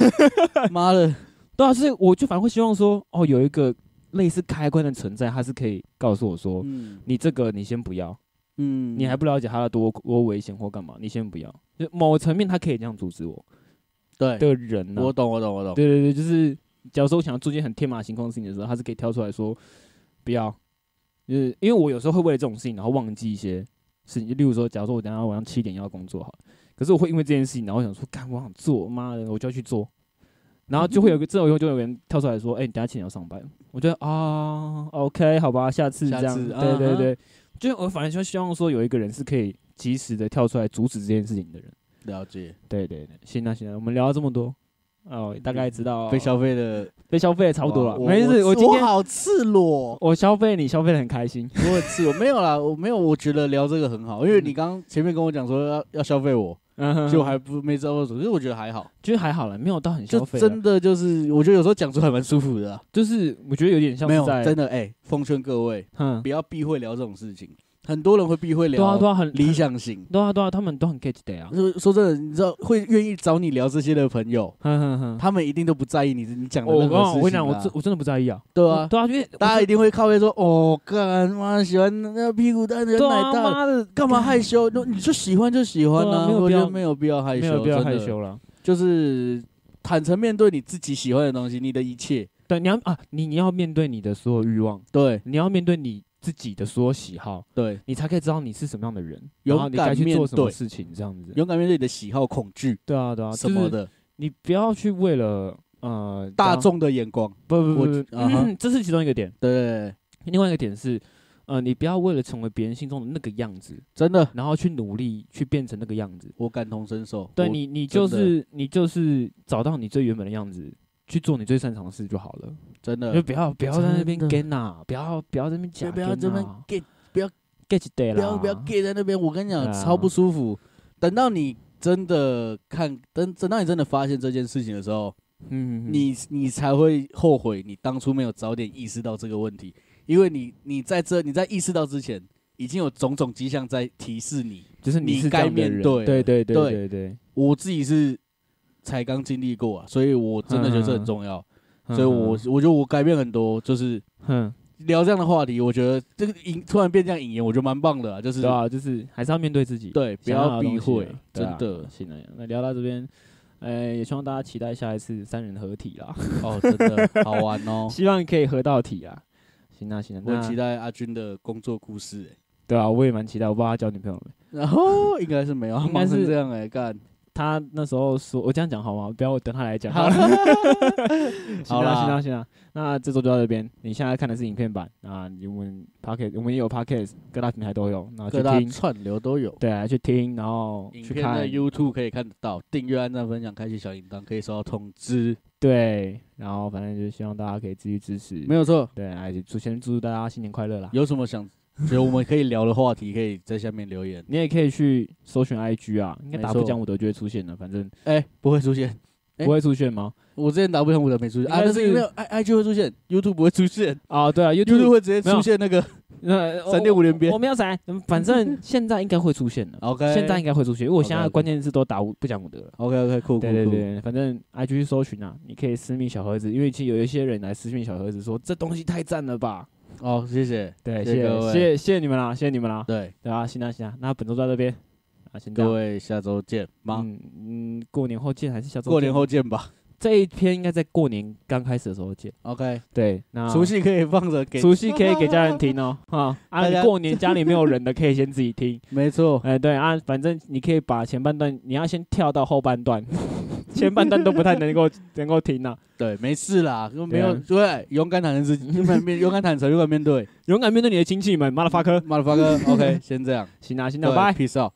妈的，
对啊，所以我就反而会希望说，哦，有一个类似开关的存在，它是可以告诉我说，
嗯
你这个你先不要，
嗯
你还不了解它的多多危险或干嘛，你先不要，就某层面它可以这样阻止我
对，
的人啊呢、
我懂我懂我懂，
对对对，就是假如说我想要做一件很天马行空的事情的时候，他是可以跳出来说不要，就是因为我有时候会为了这种事情，然后忘记一些事情，例如说，假如说我等一下晚上七点要工作好了，可是我会因为这件事情，然后想说，干，我想做，妈的，我就要去做，然后就会有个这种以后就有人跳出来说，哎、你等一下七点要上班，我觉得啊，OK，好吧，下次
下
这样，
次
对对
嗯哼
对，就是我反正就希望说有一个人是可以及时的跳出来阻止这件事情的人。
了解，
对对对，行啊行啊，我们聊了这么多，哦，大概知道
被消费的
被消费得差不多
哇
了，
啊我
没事，
我
今天
好赤裸，
我消费你消费的很开心，
我很赤裸，没有啦，我没有，我觉得聊这个很好，因为你刚刚前面跟我讲说要要消费我，
嗯，
就
就
还不没知道为什么，可是我觉得还好，啊
就还好了，没有到很消
就
费啦，
真的就是，我觉得有时候讲出来蛮舒服的啊、
就是我觉得有点像
没
是
有
在
真，的哎、奉劝各位
嗯，
不要避讳聊这种事情，很多人会避讳
对啊
聊
对啊，很
理，想型，
对啊对啊，他们都很 get 的呀，
说说真的，你知道会愿意找你聊这些的朋友，
哼哼哼，
他们一定都不在意你你讲的
我我
任
刚
何
哦好我
事
跟你
情
讲，我
啦
真我真的不在意啊，
对啊。
对啊，因为
大家
我
一定会靠背说：“哦，干妈喜欢那屁股蛋的
对
奶
啊
大，
妈的
干嘛 害羞？那你就喜欢就喜欢
对啊
啊，
没有
我
必
觉
要
得没有必要害羞，
没有必要
真
害
的，
羞了。
就是坦诚面对你自己喜欢的东西，你的一切。
对，你要啊，你你要面对你的所有欲望，
对
你要面对你自己的所有喜好，
对，
你才可以知道你是什么样的人，
勇
然后你该
敢
去做
面
什么
对
事情，这样子。
勇敢面对你的喜好、恐惧
对啊，对啊，
什么
就是
的，
你不要去为了呃
大
这样
众的眼光。
不不
我
不不，
啊哈
嗯这是其中一个点。
对对对，
另外一个点是，呃，你不要为了成为别人心中的那个样子，
真的，
然后去努力去变成那个样子。
我感同身受。
对
我，
你，你
真
就
的
是你就是找到你最原本的样子，去做你最擅长的事就好了。就
真的啊
不要不要在那边
真的
get 呐，不要不要在那边假
不要
gay
这边
呐
get，
get 对
不
啦，
要不要 get 在那边。我跟你
对
讲，
啊
超不舒服。等到你真的看，等等到你真的发现这件事情的时候，
嗯，嗯嗯
你你才会后悔你当初没有早点意识到这个问题，因为你你在这你在意识到之前，已经有种种迹象在提示你。
就是
你
是这
该
样的
面
人
对
对
了
对对
对
对对，
我自己是才刚经历过啊，所以我真的觉得
嗯
这很重要，所以我我觉得我改变很多，就是
嗯哼，
聊这样的话题，我觉得这个引突然变这样引言，我觉得蛮棒的啊，就是
对啊，就是还是要面对自己。
对不
想
要
的东西
避讳
啊，对
真
啊
的
行了，那聊到这边，呃，也希望大家期待下一次三人合体啦，
哦，真的好 玩哦，
希望可以合到体啊。行啊，行啊，
我很期
待
待阿军的工作故事、欸
对啊，我也蛮期待，我不知道他交女朋友了没。
然后应该是没有，
应
他
该
忙成
是
这样哎，干
他那时候说，我这样讲好吗？不要等他来讲。好 了，
好
行
啦啊
啦，行啦，行啦。啊那这周就到这边。你现在看的是影片版啊，那我们 p o c k e t 我们也有 p o c k e t 各大平台都有，然后去
各大
听，
串流都有。
对啊，去听，然后
啊影
去
片
看
在，YouTube 可以看得到，订阅、按赞、分享、开启小铃铛，可以收到通知。
对，然后反正就是希望大家可以继续支持
没。有错，
对，哎，就先祝大家新年快乐啦！
有什么想觉得我们可以聊的话题，可以在下面留言。
你也可以去搜寻 IG 啊，应该
没
打不
错
讲武德就会出现的，反正
哎、不会出现，哎
不会出现吗？
我之前打不响我的没出现啊，
应该
但
是
是因为 i i g 会出现，YouTube 不会出现
啊，对啊
，YouTube
，YouTube
会直接出现那个
那
三点五连鞭
我。们要闪，嗯反 正现在应该会出现的，
OK，
现在应该会出现，因为我
OK，OK
现在关键字都打武不讲武德了。
OK OK 酷酷酷，
对对 对，反正 IG 搜寻啊，你可以私密小盒子，因为其实有一些人来私密小盒子说这东西太赞了吧。
哦，谢谢，
对，谢
谢谢
谢
各位
谢谢谢你们啦，谢谢你们啦。
对，
对啊，行啊行啊，那本周到这边啊，先这样
各位下周见吗？
嗯嗯，过年后见还是下周？
过年后见吧。
这一篇应该在过年刚开始的时候见。
OK，
对，那
除夕可以放着给，
除夕 可以给家人听哦，啊啊！
大家
你过年家里没有人的可以先自己 听，
没错，
哎对啊，反正你可以把前半段，你要先跳到后半 段，前半段都不太能够能够听啊。
对，没事啦，就没
对啊
有对，勇敢坦诚自己， 勇敢面，勇敢坦诚，勇敢面对。
勇敢面对你的亲戚们，马拉发科，
马尔发哥，OK，先这样，
行啊行
对
啊，拜。
，peace out。